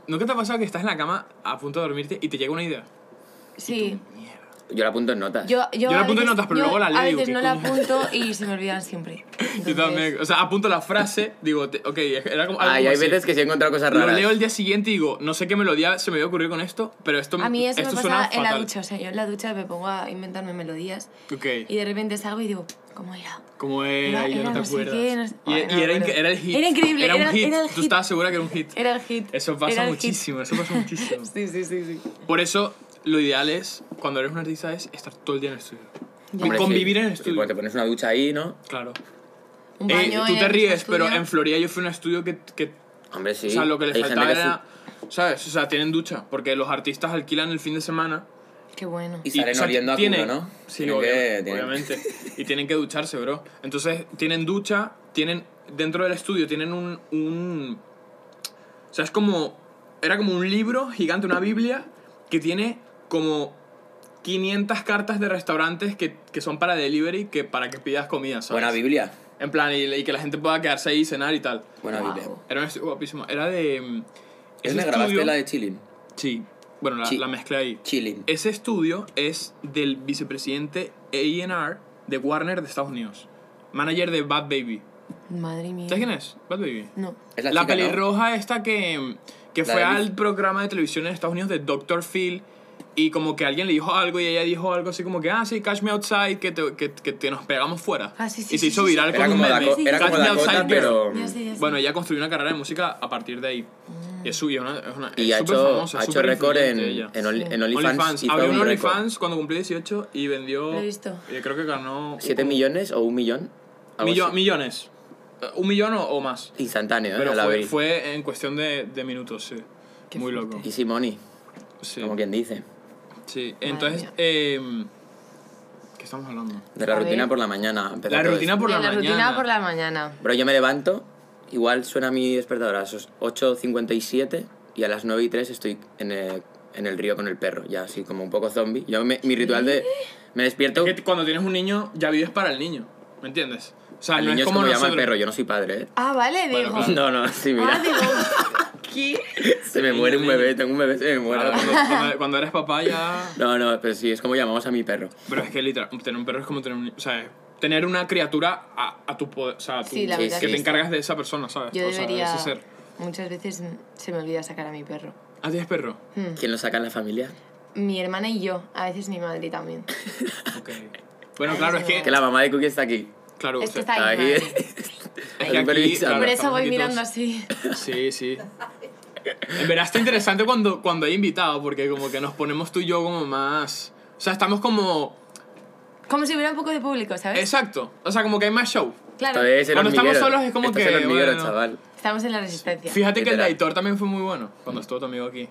¿nunca te ha pasado que estás en la cama a punto de dormirte y te llega una idea? Sí. Yo la apunto en notas. Yo, Yo la a apunto en veces- notas, pero yo luego la A leo, veces ¿qué no la coño? apunto y se me olvidan siempre. Entonces, Yo también, o sea, apunto la frase, digo, te- ok, era como. algo Ay, hay como así. veces que sí he encontrado cosas Lo raras. leo el día siguiente y digo, no sé qué melodía se me iba a ocurrir con esto, pero esto A mí eso Em, esto me suena pasa en la fatal. ducha. O sea, yo en la ducha me pongo a inventarme melodías y Ok. de repente salgo y digo, ¿cómo era? Como era, Era- y ya era no te no sé acuerdas. qué, no sé- Y- Ay, no y me era, inc- acuerdo. era el hit. Era increíble, Era un era- hit. era el Tú hit. estabas segura que era un hit. Era el hit. Eso Era pasa el hit. muchísimo, eso pasa muchísimo. Sí, sí, sí, sí. Por eso, lo ideal es, cuando eres un artista, es estar todo el día en el estudio. Ya. Hombre, convivir sí. en el Y estudio. cuando te pones una ducha ahí, ¿no? Claro. Un Eh, baño tú en te el ríes, pero estudio. en Florida yo fui a un estudio que, que Hombre, sí. o sea, lo que le Hay faltaba gente que era, ¿sabes? O sea, tienen ducha, porque los artistas alquilan el fin de semana. Qué bueno. Y salen o sea, oliendo a tienen- culo, ¿no? Sí, Tienen obvia- que- tienen- obviamente. y tienen que ducharse, bro. Entonces, tienen ducha, tienen... Dentro del estudio tienen un... un o sea, es como... Era como un libro gigante, una Biblia, que tiene como 500 cartas de restaurantes que, que son para delivery, que para que pidas comida, ¿sabes? Buena Biblia. En plan, y, y que la gente pueda quedarse ahí y cenar y tal. Buena Wow. Biblia. Era un estudio guapísimo. Era de... mm, ¿Es ese la grabaste estudio- la de Chilling? Sí. Bueno, la, Sí. la mezcla ahí. Chilling. Ese estudio es del vicepresidente A&R de Warner de Estados Unidos. Manager de Bad Baby. Madre mía. ¿Sabes quién es? Bad Baby. No. Es La, la, chica, ¿no? pelirroja esta que, que La fue de al Liz- programa de televisión en Estados Unidos de Dr. Phil y como que alguien le dijo algo y ella dijo algo así como que, ah, sí, catch me outside, que, te- que, que te nos pegamos fuera. Ah, sí, sí, y se sí, hizo sí, sí. viral Era con un como, meme. Daco- era Catch como me Dakota, outside, pero... Ya sé, ya sé. Bueno, ella construyó una carrera de música a partir de ahí. Y es suya, una, es una- Y es ha súper hecho, famosa, ha hecho súper récord en, influyente ella. en, Only- Sí. en OnlyFans. OnlyFans. hizo Abrió un un récord. OnlyFans cuando cumplí 18 y vendió. Lo he visto. eh, creo que ganó. ¿Siete como- millones o un millón? Algo millo- así. millones. Eh, Un millón o, o más. Instantáneo, ¿eh? Pero a la fue, vez. fue en cuestión de, de minutos, sí. Qué Muy fuerte. loco. Easy money, Sí. como quien dice. sí. Madre Entonces, mía. eh, ¿qué estamos hablando? De la A rutina ver. por la mañana. empezó La todo rutina esto. por la, En la mañana. rutina por la mañana. Bro, yo me levanto, igual suena mi despertador a las 8.57 y a las 9 y 3 estoy en el, en el río con el perro, ya así como un poco zombie. Yo me- mi ritual de... Me despierto... Que cuando tienes un niño, ya vives para el niño. ¿Me entiendes? O sea, Al no niño es como, llama nosotros. el perro, yo no soy padre, ¿eh? Ah, vale, Bueno, Diego. claro. No, no, sí, mira. Ah, digo, ¿qué? se me niño, muere un niño. bebé, tengo un bebé, se me Claro, muere. cuando, cuando- cuando eres papá ya... No, no, pero sí, es como llamamos a mi perro. Pero es que literal, tener un perro es como tener un. O sea, tener una criatura a, a tu poder. O sea, a tu- Sí, la verdad que que te sí. encargas de esa persona, ¿sabes? Yo o sea, de debería... ese ser. Muchas veces mm, se me olvida sacar a mi perro. Ah, tienes perro. Hmm. ¿Quién lo saca en la familia? Mi hermana y yo, a veces mi madre también. Ok. Bueno, claro, es que. Que la mamá de Cookie está aquí. Claro, Es que o sea, está ahí. Ahí. madre. es que Ahí aquí, supervisando. claro, Por eso estamos voy aquí mirando todos- así. Sí, sí. En verdad está interesante cuando, cuando hay invitado, porque como que nos ponemos tú y yo como más. O sea, estamos como. Como si hubiera un poco de público, ¿sabes? Exacto. O sea, como que hay más show. Claro. Todavía es el Cuando estamos hormiguero. solos es como Esto que, el hormiguero, bueno. chaval. Estamos en la resistencia. Fíjate que el de Literal. Mm. Aitor también fue muy bueno cuando estuvo tu amigo aquí.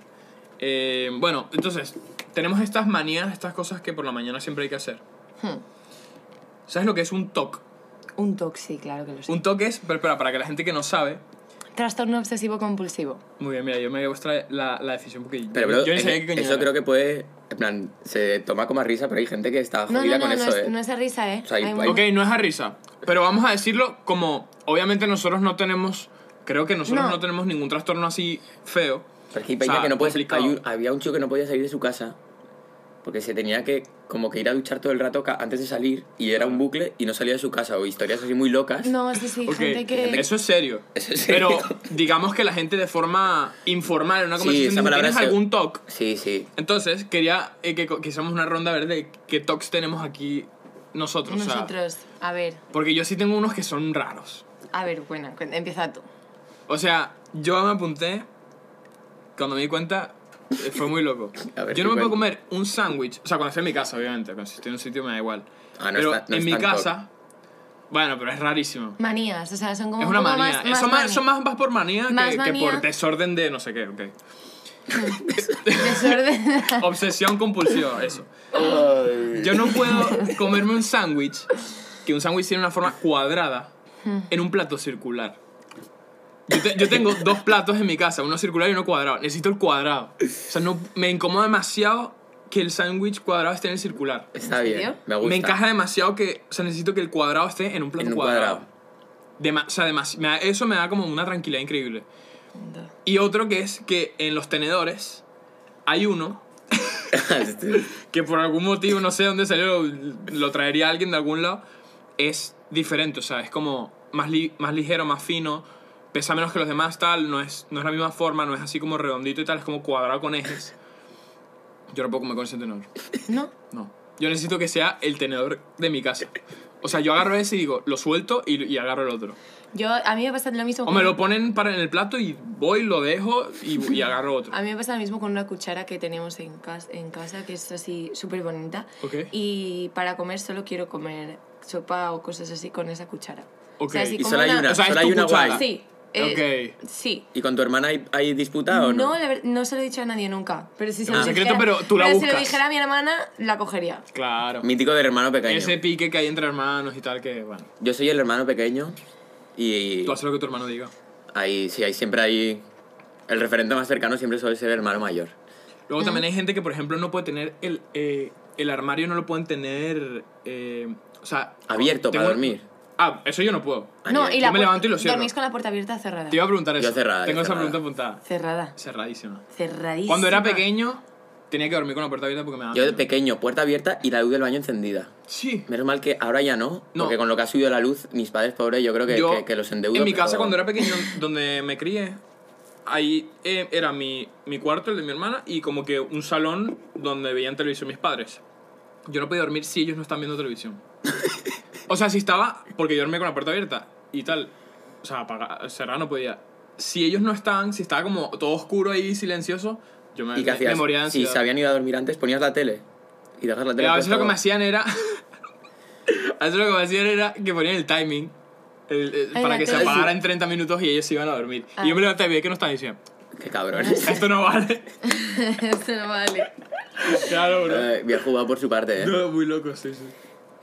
Eh, bueno, entonces, tenemos estas manías, estas cosas que por la mañana siempre hay que hacer. Hmm. ¿Sabes lo que es un TOC? Un toxi, claro que lo sé. Un TOC es, pero espera, para que la gente que no sabe. Trastorno obsesivo compulsivo. Muy bien, mira, yo me voy a mostrar la, la decisión porque Pero, yo, bro, yo ni es- sabía qué coño eso era. creo que puede. En plan, se toma como a risa, pero hay gente que está No, jodida no, con no, no, eso, es, ¿eh? no es a risa, ¿eh? O sea, hay- un- hay- Ok, no es a risa, pero vamos a decirlo como... Obviamente nosotros no tenemos... Creo que nosotros no, No. tenemos ningún trastorno así feo. Porque hay O peña sea, que no puede complicado. hay un- Había un chico que no podía salir de su casa porque se tenía que como que ir a duchar todo el rato ca- antes de salir y era un bucle y no salía de su casa o historias así muy locas. No, sí, sí, Ok, gente que... eso es serio. Eso es serio. Pero digamos que la gente de forma informal, en una Sí, conversación, esa dice, palabra ¿tienes se- algún TOC? Sí, sí. Entonces, quería eh, que, co- que hiciéramos una ronda a ver de qué tocs tenemos aquí nosotros. o sea, Nosotros, a ver, porque yo sí tengo unos que son raros. a ver, bueno, cu- empieza tú. O sea, yo me apunté, cuando me di cuenta, eh, fue muy loco. A ver, yo no me qué puedo cuenta. comer un sándwich, o sea, cuando estoy en mi casa, obviamente, cuando estoy en un sitio me da igual. Ah, no pero está- no en es mi tan casa, bueno, pero es rarísimo. Manías, o sea, son como Es un una poco manía. más- más Eso más, manía. eso más vas por manía, que- Más que, por manía. desorden de no sé qué, ok. Desorden. Obsesión compulsiva, eso. Yo no puedo comerme un sándwich, que un sándwich tiene una forma cuadrada, en un plato circular. Yo, te- yo tengo dos platos en mi casa, uno circular y uno cuadrado. Necesito el cuadrado. O sea, no, me incomoda demasiado que el sándwich cuadrado esté en el circular. Está ¿En bien. serio? Me gusta. Me encaja demasiado que, o sea, necesito que el cuadrado esté en un plato En un cuadrado. cuadrado. Dema- o sea, demasi- me da- eso me da como una tranquilidad increíble. Y otro que es que en los tenedores hay uno que por algún motivo, no sé dónde salió, lo, lo traería alguien de algún lado, es diferente, o sea, es como más, li- más ligero, más fino, pesa menos que los demás, tal, no es, no es la misma forma, no es así como redondito y tal, es como cuadrado con ejes. Yo tampoco me concentro en otro. ¿No? No. Yo necesito que sea el tenedor de mi casa. O sea, yo agarro ese y digo, lo suelto y, y agarro el otro. Yo, a mí me pasa lo mismo O me lo ponen para en el plato y voy, lo dejo y, y agarro otro. A mí me pasa lo mismo con una cuchara que tenemos en, cas- en casa, que es así súper bonita. Ok. Y para comer solo quiero comer sopa o cosas así con esa cuchara. Ok. así Y como solo hay una, O sea, es solo tu hay una cuchara. guay. Sí. eh, Ok. Ah, Sí. ¿Y con tu hermana hay, hay disputa o No, no? la ver- no se lo he dicho a nadie nunca. Pero si se Es lo un secreto, dijera- pero tú la si lo buscas. dijera a mi hermana, la cogería. Claro. Mítico del hermano pequeño. Ese pique que hay entre hermanos y tal, que bueno. Yo soy el hermano pequeño y Tú haces lo que tu hermano diga. ahí sí, ahí siempre hay... El referente más cercano siempre suele ser el hermano mayor. Luego también hay gente que, por ejemplo, no puede tener el, eh, el armario, no lo pueden tener. eh, o sea. Abierto para tengo- dormir. Ah, eso yo no puedo. Ay, No, ay, y yo la me puer- levanto y lo cierro. Dormís con la puerta abierta o cerrada. Te iba a preguntar eso. Yo cerrada, Tengo yo esa cerrada. pregunta apuntada. Cerrada. Cerradísima. Cerradísima. Cuando era pequeño, tenía que dormir con la puerta abierta porque me daba. Yo de miedo. pequeño, puerta abierta y la luz del baño encendida. Sí. Menos mal que ahora ya no, No. porque con lo que ha subido la luz, mis padres pobres, yo creo que, que- que los endeudo. En mi pero- casa, cuando era pequeño, donde me crié, ahí eh, era mi, mi cuarto, el de mi hermana, y como que un salón donde veían televisión mis padres. Yo no podía dormir si ellos no están viendo televisión. O sea, si estaba, porque yo dormía con la puerta abierta y tal. O sea, apaga- cerrar no podía. Si ellos no estaban, si estaba como todo oscuro ahí, silencioso, yo me, ¿Y qué me- me hacías? moría de si ansiedad. se habían ido a dormir antes, ponías la tele y dejas la tele. Eh, a veces puesta lo que me abajo. hacían era. a veces lo que me hacían era que ponían el timing el- el- Ay, para la que se tele. apagara en 30 minutos y ellos se iban a dormir. Ah. Y yo me levanté y veía que no estaban diciendo. Qué cabrón. Esto no vale. Eso no vale. claro, bro. Eh, bien jugado por su parte. ¿eh? No, muy loco, sí, sí.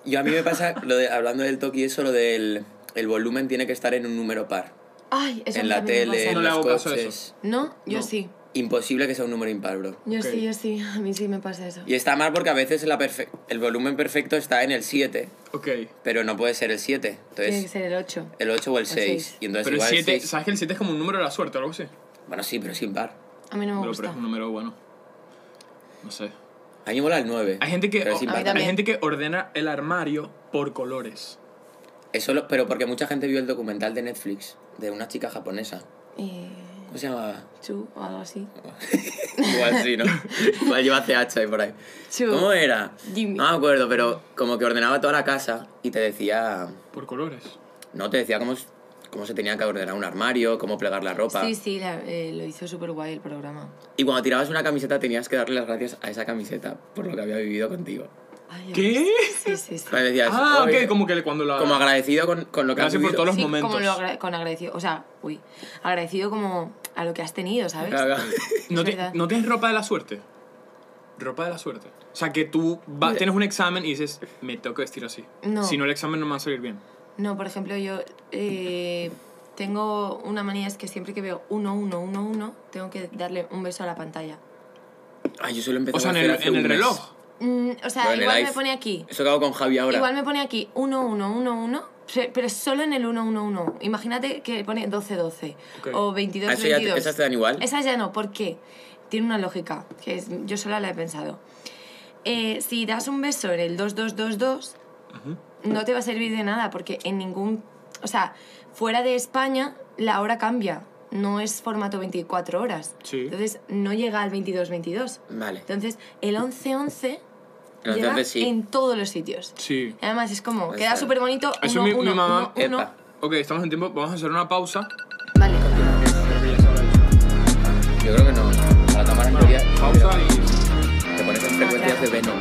Yo a mí me pasa, lo de, hablando del toque y eso, lo del el volumen tiene que estar en un número par. Ay, eso a en mí la también me tele, No en le los hago caso a coches. eso. ¿No? Yo No. sí. Imposible que sea un número impar, bro. Yo Ok. sí, yo sí. A mí sí me pasa eso. Y está mal porque a veces la perfe- el volumen perfecto está en el 7, Ok. pero no puede ser el 7. Tiene que Entonces, ser el 8. el 8 o el 6. seis. Y entonces Pero el igual 7, el 6. ¿sabes que el 7 es como un número de la suerte o algo así? Bueno, sí, pero sin par. A mí no Pero, me pero gusta. es un número bueno. No sé. A mí me mola el 9. Hay gente que, Pero sin A mí par hay también. gente que ordena el armario por colores. Eso lo- pero porque mucha gente vio el documental de Netflix de una chica japonesa. Eh, ¿Cómo se llamaba? Chu o algo así. Igual sí, ¿no? Igual lleva CH ahí por ahí. Chu. ¿Cómo era? Jimmy. No me acuerdo, pero como que ordenaba toda la casa y te decía. Por colores. No, te decía cómo, s- cómo se tenía que ordenar un armario, cómo plegar la ropa. Sí, sí, la- eh, lo hizo súper guay el programa. Y cuando tirabas una camiseta tenías que darle las gracias a esa camiseta por lo que había vivido contigo. Ay, ¿Qué? Sí, sí, sí. Le decías, Ah, "Oye", ok, como que cuando la. como agradecido con, con lo que Gracias has por vivido. todos los Sí, momentos. como lo agra- con agradecido. O sea, uy. Agradecido como a lo que has tenido, ¿sabes? ¿No, Es te- verdad. ¿No tienes ropa de la suerte? Ropa de la suerte. O sea, que tú va- tienes un examen y dices, me tengo que vestir así. No. Si no, el examen no me va a salir bien. No, por ejemplo, yo eh, tengo una manía, es que siempre que veo 1, 1, 1, 1, tengo que darle un beso a la pantalla. Ay, yo solo empecé O sea, a en hacer el, hace en el un mes. reloj. Mm, o sea, Pero en el igual me iPhone. pone aquí. Eso que hago con Javi ahora. Igual me pone aquí 1, 1, 1, 1, pe- pero solo en el 1, 1, 1. Imagínate que pone 12, 12 Ok. o Ah, 22, eso ya te- 22. esas te dan igual. Esas ya no, ¿por qué? Tiene una lógica, que es- yo sola la he pensado. Eh, si das un beso en el 2, 2, 2, 2, no te va a servir de nada porque en ningún... O sea, fuera de España la hora cambia, no es formato 24 horas. Sí. Entonces no llega al 22, 22. Vale. Entonces el 11, 11 El 11, llega sí. en todos los sitios. Sí. Y Además es como, Ahí queda está. súper bonito. Eso uno, mi- mi uno, mamá- uno, uno. Epa. Ok, estamos en tiempo. Vamos a hacer una pausa. Vale. Yo creo que no. La cámara en teoría. Pausa y. Te pones en Ah, frecuencias de Venom.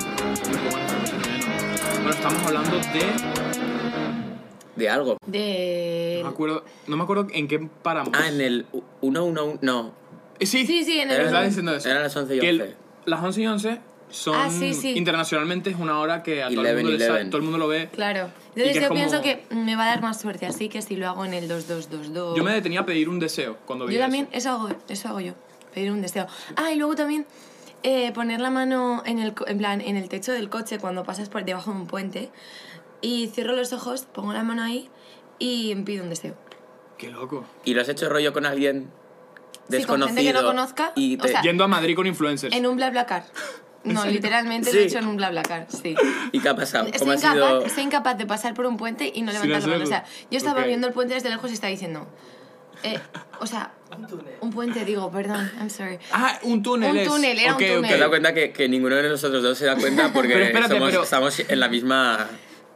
Bueno, estamos hablando de. De algo. De... No me acuerdo, no me acuerdo en qué paramos. Ah, en el 1-1-1. No. Eh, Sí, Sí, sí, en el... Era Estaba la- diciendo eso. eran las 11 y Que el- 11. las 11 y 11 son. Ah, sí, sí. Internacionalmente es una hora que a todo el, 11, mundo le sa- 11. todo el mundo lo ve. Claro. Y que Entonces es yo como- pienso que me va a dar más suerte, así que si lo hago en el 2222. Yo me detenía a pedir un deseo cuando veía Yo también, eso. eso hago, eso hago yo, pedir un deseo. Ah, y luego también eh, poner la mano en el, co- en plan, en el techo del coche cuando pasas por debajo de un puente y cierro los ojos, pongo la mano ahí y pido un deseo. Qué loco. ¿Y lo has hecho rollo con alguien Sí, desconocido? con gente que no conozca, Y o te- sea- Pues Yendo a Madrid con influencers. En un bla bla car. No, literalmente lo Sí. he hecho en un BlaBlaCar, sí. ¿Y qué ha pasado? ¿Cómo Soy ha incapaz, sido...? soy incapaz de pasar por un puente y no Sin levantar la mano. O sea, hacerlo. yo estaba pues, Ok. viendo el puente desde lejos y estaba diciendo... eh, o sea, un puente, digo, perdón, I'm sorry. Ah, un túnel Un es. túnel, Ok, era un ok. ¿Te has túnel. dado cuenta que, que ninguno de nosotros dos se da cuenta porque Eh. Pero espérate, somos- pero- estamos en la misma...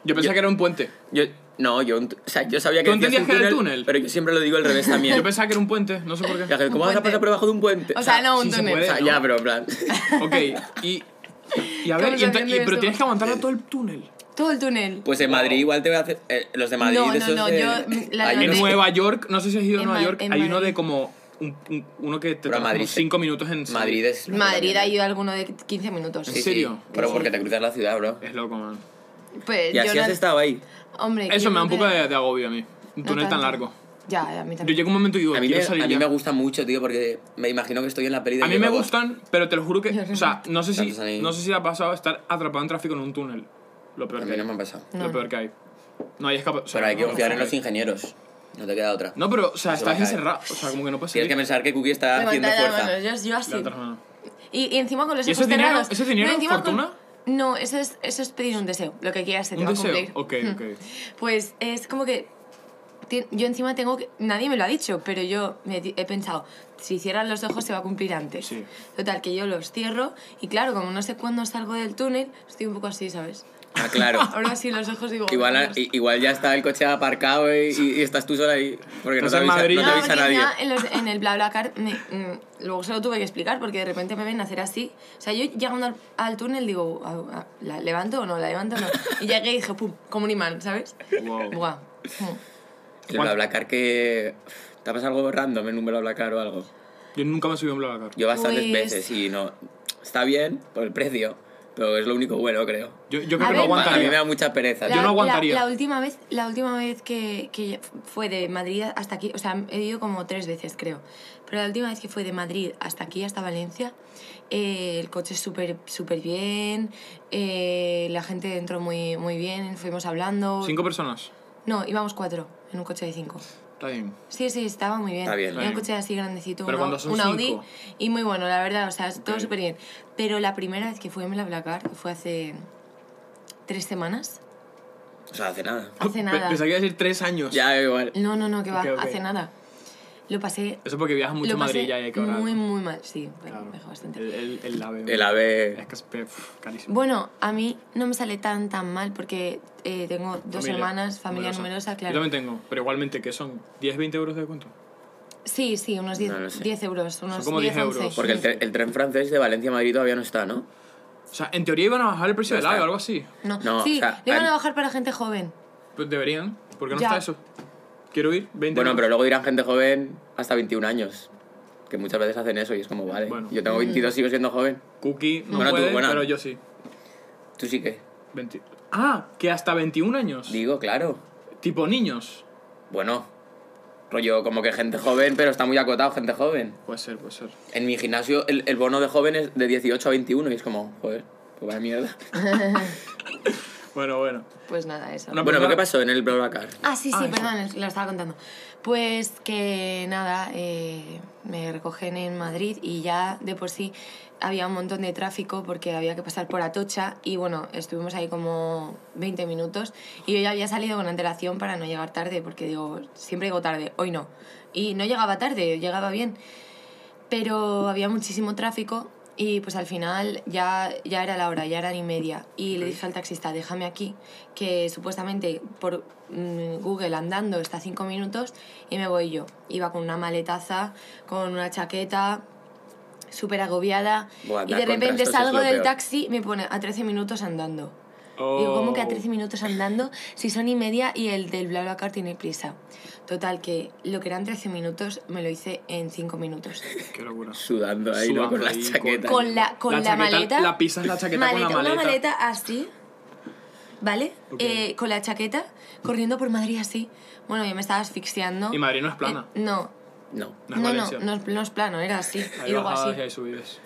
Yo pensaba que era un puente. Yo, no, yo, un tu- o sea, yo sabía que... ¿Tú decías entendías que era el túnel? Pero yo siempre lo digo al revés también. Yo pensaba que era un puente, no sé por qué. Ángel, ¿Cómo vas Un a puente. pasar por debajo de un puente? O sea, no, un sí se túnel. O sea, ya, pero en plan... Ok, y. Y a ver, Estamos y ento- haciendo y- pero esto. tienes que aguantarlo todo el túnel. Todo el túnel. Pues en Madrid igual te va a hacer... eh, los de Madrid... No, no, esos no, de- yo, la Hay de En unos- Nueva York, no sé si has ido a En Nueva Ma- York, hay en uno Madrid. de como. un- un- uno que te Pero a toma como Madrid, sí. 5 minutos en. salir. Madrid es... una Madrid puta ha ido alguno de 15 minutos. Sí, sí, serio? Pero porque te cruzas la ciudad, bro. Es loco, man. Pues Y así yo has no- estado ahí. Hombre, que Eso yo me da un no poco te- de, de agobio a mí. Un no túnel tan tanto. largo. Ya, a mí Yo también. llego un momento y digo, A mí, me, quiero salir a mí ya. me gusta mucho, tío, porque me imagino que estoy en la peli de A mí me Diego. gustan, pero te lo juro que. O sea, no sé si, Tantos anillos. no sé si te ha pasado estar atrapado en tráfico en un túnel. Lo A peor que mí no hay. me han pasado. Lo peor que hay. No hay escapa. o sea, Pero hay que no, confiar no, en no. los ingenieros. No te queda otra. No, pero, o sea, No se va a estás caer. encerrado. O sea, como que no puedes Tienes salir. que pensar que Cookie está haciendo Levantar la fuerza. mano, yo, yo La así. otra mano. Y, y encima con los ¿Y ojos eso dinero- cerrados. eso dinero, encima con- fortuna? No, eso es, eso es pedir un deseo, lo que quieras se te Un va a deseo. cumplir. Ok, Mm. ok. Pues es como que ti- yo encima tengo que... Nadie me lo ha dicho, pero yo me di- he pensado, si cierran los ojos se va a cumplir antes. Sí. Total, que yo los cierro y claro, como no sé cuándo salgo del túnel, estoy un poco así, ¿sabes? Ah, claro. Ahora sí los ojos digo... igual, ah, "Dios". i- igual ya está el coche aparcado y, y- y estás tú sola ahí. Porque no te Estás en avisa, Madrid. no te No, avisa porque nadie. ya en, los- en el BlaBlaCar me- mm, luego se lo tuve que explicar porque de repente me ven hacer así. O sea, yo llegando al, al túnel digo, "Ah, ah, ¿la levanto o no? ¿La levanto o no? Y llegué y dije, pum, como un imán, ¿sabes? Wow. Buah. Mm. El BlaBlaCar que... ¿Te ha pasado algo random en un BlaBlaCar o algo? Yo nunca me subí a un BlaBlaCar. Yo bastantes Pues- veces y no... Está bien por el precio, pero es lo único bueno, creo. Yo, yo A creo que no ver. A mí me da aguantaría. mucha pereza. La- Yo no aguantaría. La, última vez, la última vez que, que fue de Madrid hasta aquí, o sea, he ido como tres veces, creo. Pero la última vez que fue de Madrid hasta aquí, hasta Valencia, eh, el coche súper súper bien, eh, la gente entró muy, muy bien, fuimos hablando. Cinco personas. No, íbamos cuatro en un coche de cinco. Está bien. Sí, sí, estaba muy bien. Está bien. ¿eh? Era un coche así grandecito, Pero un, cuando au- son un Audi. cinco. Y muy bueno, la verdad, o sea, es todo Ok. súper bien. Pero la primera vez que fui a Blablacar, que fue hace tres semanas, O sea, hace nada. hace Pe- nada. Pensaba que iba a decir tres años. Ya, igual. No, no, no, que va, Ok, ok. hace nada. Lo pasé... Eso porque viajas mucho lo a Madrid pasé ya y hay que ahorrar. muy, muy mal, sí, bueno, Claro. me dejó bastante. El, el, el ave. El ave... Es que es pe- pf, carísimo. Bueno, a mí no me sale tan tan mal porque eh, tengo dos Familia hermanas, familia numerosa, Yo claro. también tengo, pero igualmente, que son? ¿10, 20 euros de cuento? Sí, sí, unos 10 No lo sé. euros, unos como 10, 10 11. euros. Porque el, tre- el tren francés de Valencia a Madrid todavía no está, ¿no? O sea, en teoría iban a bajar el precio No del está. ave o algo así. No, No, sí, o sea, le van al- a bajar para gente joven. Pues deberían. ¿Por qué no Ya. está eso? Quiero ir. 20 Bueno, pero euros. luego dirán gente joven hasta 21 años. Que muchas veces hacen eso y es como, vale, Bueno. Mm. yo tengo 22 sigo siendo joven. Cookie no Bueno, tú, puede, bueno. pero yo sí. Tú sí que. 20. Ah, que hasta 21 años. Digo, claro. Tipo niños. Bueno, rollo como que gente joven, pero está muy acotado gente joven. Puede ser, puede ser. En mi gimnasio el, el bono de joven es de 18 a 21 y es como, joder, pues vaya mierda. Bueno, bueno. Pues nada, eso. Una- bueno, ¿pero primera- ¿qué pasó en el BlaBlaCar? Ah, sí, sí, Ah, eso. perdón, es- lo estaba contando. Pues que nada, eh, me recogen en Madrid y ya de por sí había un montón de tráfico porque había que pasar por Atocha y bueno, estuvimos ahí como 20 minutos y yo ya había salido con antelación para no llegar tarde porque digo, siempre digo tarde, hoy no. Y no llegaba tarde, llegaba bien pero había muchísimo tráfico y pues al final ya, ya era la hora, ya eran y media. Y le dije al taxista, déjame aquí, que supuestamente por mm, Google andando está cinco minutos y me voy yo. Iba con una maletaza, con una chaqueta, súper agobiada. Buah, y andar de con repente trastos es salgo lo del peor. taxi y me pone a 13 minutos andando. Digo, Oh. ¿cómo que a 13 minutos andando si son y media y el del BlaBlaCar tiene prisa? Total, que lo que eran 13 minutos me lo hice en 5 minutos. Qué locura. Sudando ahí, ¿no? Sudando Con la ahí, chaqueta. con- la- con la chaqueta- maleta. La pisas la chaqueta Maleta, con la maleta. Una maleta así, ¿vale? Ok. Eh, con la chaqueta, corriendo por Madrid así. Bueno, yo me estaba asfixiando. Y Madrid no es plana. Eh, no, No. No es no, no, no, Valencia. es, no es plano, era así. Hay y luego bajadas así. y hay subidas.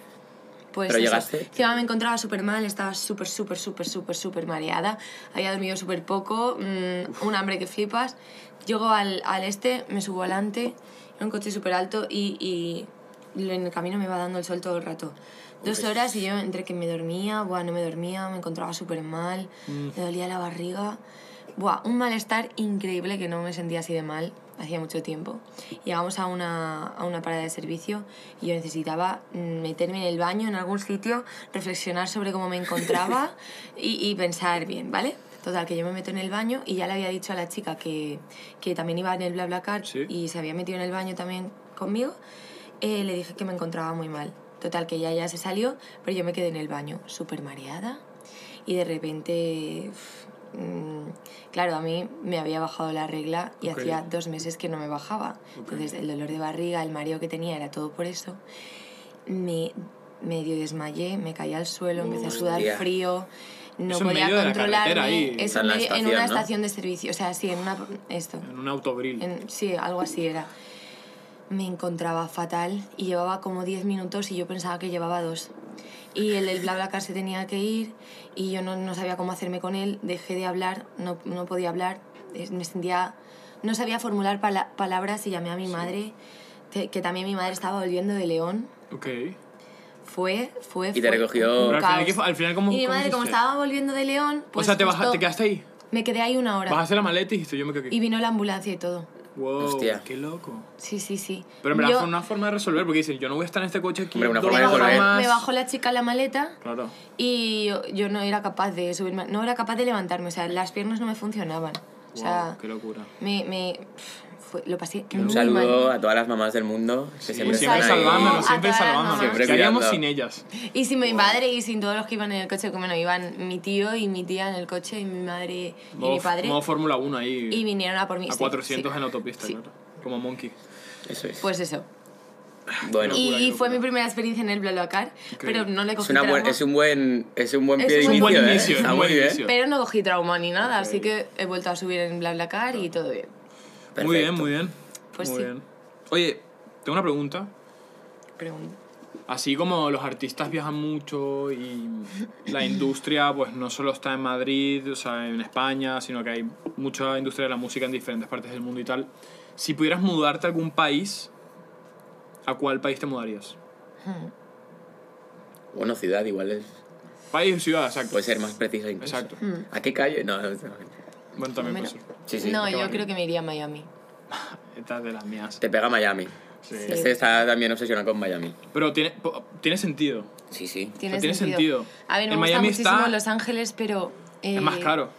Pues Pero eso. llegaste. Encima me encontraba súper mal, estaba súper, súper, súper, súper, súper mareada. Había dormido súper poco, mm, un hambre que flipas. Llego al, al este, me subo alante, era un coche súper alto y, y en el camino me iba dando el sol todo el rato. Dos Uy. horas y yo entre que me dormía, buah, no me dormía, me encontraba súper mal, me dolía la barriga. Buah, un malestar increíble que no me sentía así de mal hacía mucho tiempo. Llegamos a una, a una parada de servicio y yo necesitaba mm, meterme en el baño, en algún sitio, reflexionar sobre cómo me encontraba y, y pensar bien, ¿vale? Total, que yo me meto en el baño y ya le había dicho a la chica que, que también iba en el BlaBlaCar Sí. y se había metido en el baño también conmigo. eh, le dije que me encontraba muy mal. Total, que ella ya se salió, pero yo me quedé en el baño súper mareada y de repente... uf, mm, claro, a mí me había bajado la regla y Ok. hacía dos meses que no me bajaba. Entonces el dolor de barriga, el mareo que tenía, era todo por eso. Me medio desmayé, me caí al suelo, empecé a sudar Hostia. frío, no Eso en podía medio de la controlarme. carretera ahí. Eso Está en la medio- en, estación, una ¿no? estación de servicio, o sea, sí, en una esto. En un autogrill. En- sí, algo así era. Me encontraba fatal y llevaba como 10 minutos y yo pensaba que llevaba dos. Y el del BlaBlaCar se tenía que ir y yo no, no sabía cómo hacerme con él. Dejé de hablar, no, no podía hablar. es- Me sentía... No sabía formular pala- palabras y llamé a mi madre, que, que también mi madre estaba volviendo de León. Ok. Fue, fue, Y te fue recogió- Pero Un al final, ¿qué fue? al final, ¿cómo, y mi cómo madre, como hiciste? estaba volviendo de León, o pues sea, te, baja- justo te quedaste ahí. me quedé ahí una hora. Bajaste la maleta y dijiste, yo me quedo aquí. Y vino la ambulancia y todo. Wow, Hostia. qué loco. Sí, sí, sí. Pero en verdad Yo- fue una forma de resolver, porque dicen, yo no voy a estar en este coche aquí. Hombre, una dos forma de me, horas bajó, resolver. más. me bajó la chica la maleta Claro. y yo, yo no era capaz de subirme, no era capaz de levantarme, o sea, las piernas no me funcionaban. O sea, Wow, qué locura. me, me pf, fue- lo pasé Un muy saludo mal. a todas las mamás del mundo que Sí, siempre siempre están ahí. salvándonos, A siempre todas las salvándonos. mamás. ¿Qué haríamos Siempre sin ellas? Y sin mi madre y sin todos los que iban en el coche, que bueno, iban mi tío y mi tía en el coche y mi madre y Modo, mi padre modo Fórmula 1 ahí. y vinieron a por mí. a sí, 400 sí. en autopista, Sí. claro. Como Monkey. Eso es. Pues eso. bueno, Y, locura, qué y fue locura. mi primera experiencia en el BlaBlaCar, pero no le es, cogí una buen- trauma. es un buen, es un buen Es pie de un inicio, buen ¿eh? inicio, es Está un muy buen bien. inicio. Pero no cogí trauma ni nada, así que he vuelto a subir en BlaBlaCar y todo bien. Perfecto. Muy bien, muy bien. Pues muy sí. bien. Oye, tengo una pregunta. Pregunta. Así como los artistas viajan mucho y la industria pues no solo está en Madrid, o sea, en España, sino que hay mucha industria de la música en diferentes partes del mundo y tal. Si pudieras mudarte a algún país, ¿a cuál país te mudarías? Bueno, ciudad igual es, País o ciudad, exacto. puede ser más precisa incluso. exacto. Mm. ¿A qué calle? No, no, no. Bueno, también puede ser. Sí, sí. no, yo Miami. creo que me iría a Miami. Esta es de las mías. Te pega Miami. Sí. Este está también obsesionado con Miami. Pero tiene, po- tiene sentido. Sí, sí. Tiene, tiene sentido. sentido. A ver, me En gusta Miami muchísimo está- Los Ángeles, pero... eh, Es más caro.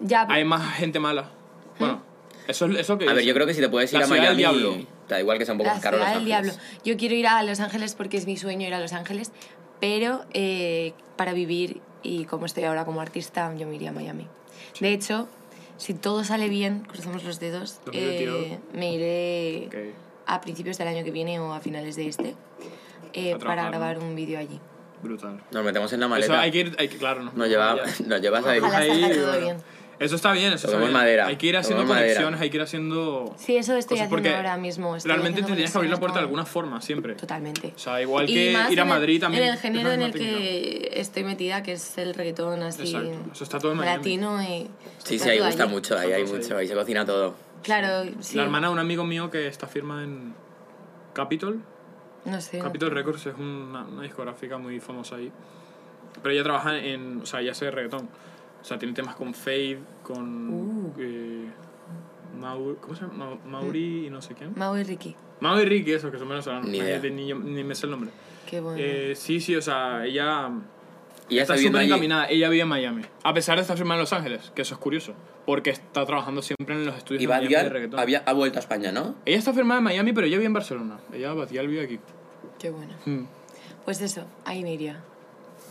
Ya, Hay más gente mala. Bueno, eso es eso que A ver, dicen. yo creo que si te puedes ir La a ciudad Miami... del diablo. Da igual que sea un poco la más caro Los ciudad del diablo. Ángeles. Yo quiero ir a Los Ángeles porque es mi sueño ir a Los Ángeles, pero eh, para vivir y como estoy ahora como artista, yo me iría a Miami. De hecho, si todo sale bien, cruzamos los dedos, 2022. eh, me iré Ok. a principios del año que viene o a finales de este eh, A para trabajar, grabar ¿no? un vídeo allí. Brutal. Nos metemos en la Eso maleta. hay que ir, hay que, claro, no. nos, lleva, Ahí, nos llevas ahí. Ojalá salga ahí, todo bueno. bien. Eso está bien, eso está Tomemos bien. madera, Hay que ir haciendo tomemos madera. conexiones, hay que ir haciendo. Sí, eso estoy cosas, haciendo porque ahora mismo. estoy realmente haciendo te tienes que abrir la conexiones puerta de con- alguna forma, siempre. Totalmente. O sea, igual Y que más ir a en el- Madrid también. En el es género la en misma el técnica. que estoy metida, que es el reggaetón así. Exacto. Eso está todo en Miami. Latino y. Sí, está sí, ahí todo gusta allí. mucho. Ahí hay mucho. Ahí se cocina todo. Claro, sí. La hermana de un amigo mío que está firma en Capitol. No sé. no- Capitol Records es una, una discográfica muy famosa ahí. Pero ella trabaja en. O sea, ella hace reggaetón. O sea, tiene temas con Fade, con. Uh. eh, Mau- ¿Cómo se llama? Mau- Mauri y no sé quién. Mau y Ricky. Mau y Ricky, esos que son venezolanos. Ni idea. Imagínate, Ni, yo- ni me sé el nombre. Qué bueno. Eh, sí, sí, o sea, ella. Y ya está Está súper viviendo allí. encaminada. Ella vive en Miami. A pesar de estar firmada en Los Ángeles, que eso es curioso. Porque está trabajando siempre en los estudios Y de Miami de Badial reggaetón. había, ha vuelto a España, ¿no? Ella está firmada en Miami, pero ella vive en Barcelona. Ella, Batial, vive aquí. Qué bueno. Mm. Pues eso, ahí me iría.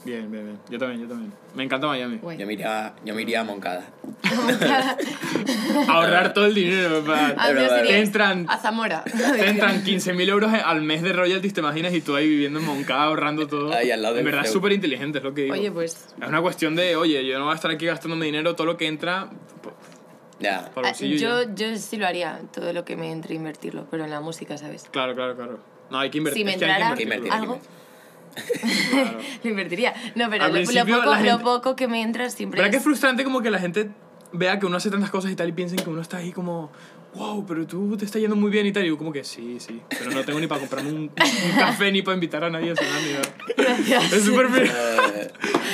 Bien, bien, bien. Yo también, yo también. Me encanta Miami. Guay. Yo me iría, yo me iría a Moncada. Ahorrar todo el dinero. para- Adiós, vale. iría Te entran- Ah, A Zamora. Te entran 15.000 euros al mes de royalties, te imaginas, y tú ahí viviendo en Moncada ahorrando todo. Ahí al lado en del verdad es Freu. súper inteligente, es lo que digo. Oye, pues. Es una cuestión de, oye, yo no voy a estar aquí gastándome dinero, todo lo que entra po- Ya. para el ah, bolsillo. Yo, ya. yo sí lo haría, todo lo que me entre invertirlo, pero en la música, ¿sabes? Claro, claro, claro. No, hay que este invertir. Si me es que hay entrara que invertirlo. invertirlo. algo, lo invertiría. No, pero Al lo, lo principio poco, la gente- lo poco que me entra siempre ¿Verdad que es- es frustrante como que la gente vea que uno hace tantas cosas y tal y piensen que uno está ahí como, wow, pero tú te está yendo muy bien y tal. Y yo, como que sí, sí. Pero no tengo ni para comprarme un, un café ni para invitar a nadie a cenar ni nada. Gracias. Es súper fru-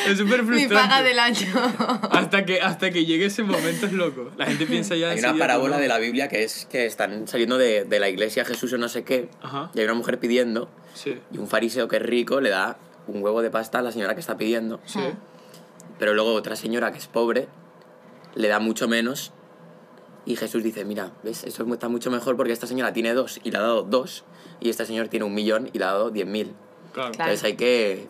Eh, es súper frustrante. Mi paga del año. hasta, que, hasta que llegue ese momento es loco. La gente piensa ya hay pues, enseguida una como, parábola de la Biblia que es que están saliendo de, de la iglesia Jesús o no sé qué. Ajá. Y hay una mujer pidiendo. Sí, Y un fariseo que es rico le da un huevo de pasta a la señora que está pidiendo. sí. Pero luego otra señora que es pobre le da mucho menos. Y Jesús dice, mira, ¿ves? Esto es mu- está mucho mejor porque esta señora tiene dos y le ha dado dos. Y este señor tiene un millón y le ha dado diez mil. Claro. Claro. Entonces hay que...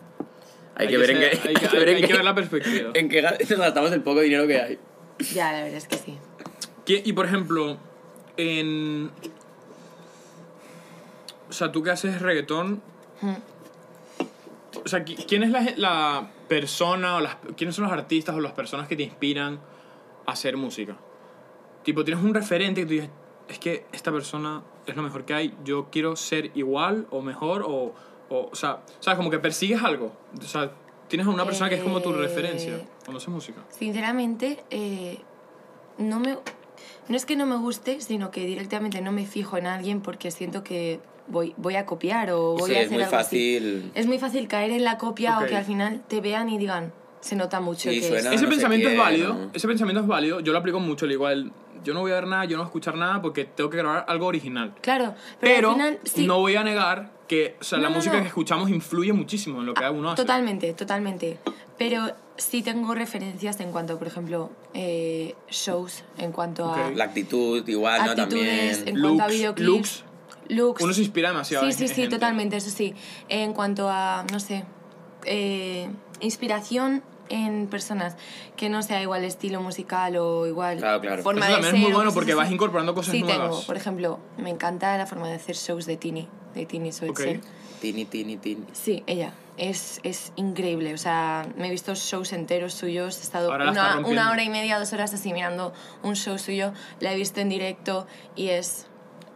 Hay, que, ver en ser- qué... hay que- hay que ver hay- en hay que qué- ver la perspectiva. en qué ga- nos gastamos el poco dinero que hay. Ya, la verdad es que sí. ¿Qué- y por ejemplo, en. O sea, tú que haces reggaetón. O sea, qui- ¿quién es la, ge- la persona o las, quiénes son los artistas o las personas que te inspiran a hacer música? Tipo, tienes un referente que tú dices, es que esta persona es lo mejor que hay, yo quiero ser igual o mejor o. O, o sea, ¿sabes? Como que persigues algo. O sea, tienes a una persona que es como tu Eh, referencia cuando haces música. Sinceramente, eh, no me... No es que no me guste, sino que directamente no me fijo en alguien porque siento que voy, voy a copiar o voy Sí, a es hacer muy algo así. fácil. Es muy fácil caer en la copia Ok. o que al final te vean y digan, se nota mucho Sí, que suena- ese es". no sé pensamiento es quién, válido. ¿no? Ese pensamiento es válido. Yo lo aplico mucho. al igual, yo no voy a ver nada, yo no voy a escuchar nada porque tengo que grabar algo original. Claro, pero, Pero, al final sí. no voy a negar que o sea, No, la no, música no. Ah, que escuchamos influye muchísimo en lo que cada uno hace. Totalmente, totalmente. Pero sí tengo referencias en cuanto, por ejemplo, eh, shows, en cuanto Ok. La actitud igual, ¿no? actitudes, También... en cuanto a Looks, videoclips. looks. looks. Uno se inspira demasiado Sí, en- sí, en sí, gente. totalmente, eso sí. En cuanto a, no sé, eh, inspiración en personas que no sea igual estilo musical o igual Claro, claro. forma Eso de también es muy ser o bueno cosas porque así. vas incorporando cosas sí, nuevas. tengo, por ejemplo, me encanta la forma de hacer shows de Tini, de Tini Switzer. Ok. Tini, tini, tini. Sí, ella. Es, es increíble. O sea, me he visto shows enteros suyos. He estado Ahora la está una, rompiendo. una hora y media, dos horas así mirando un show suyo. La he visto en directo y es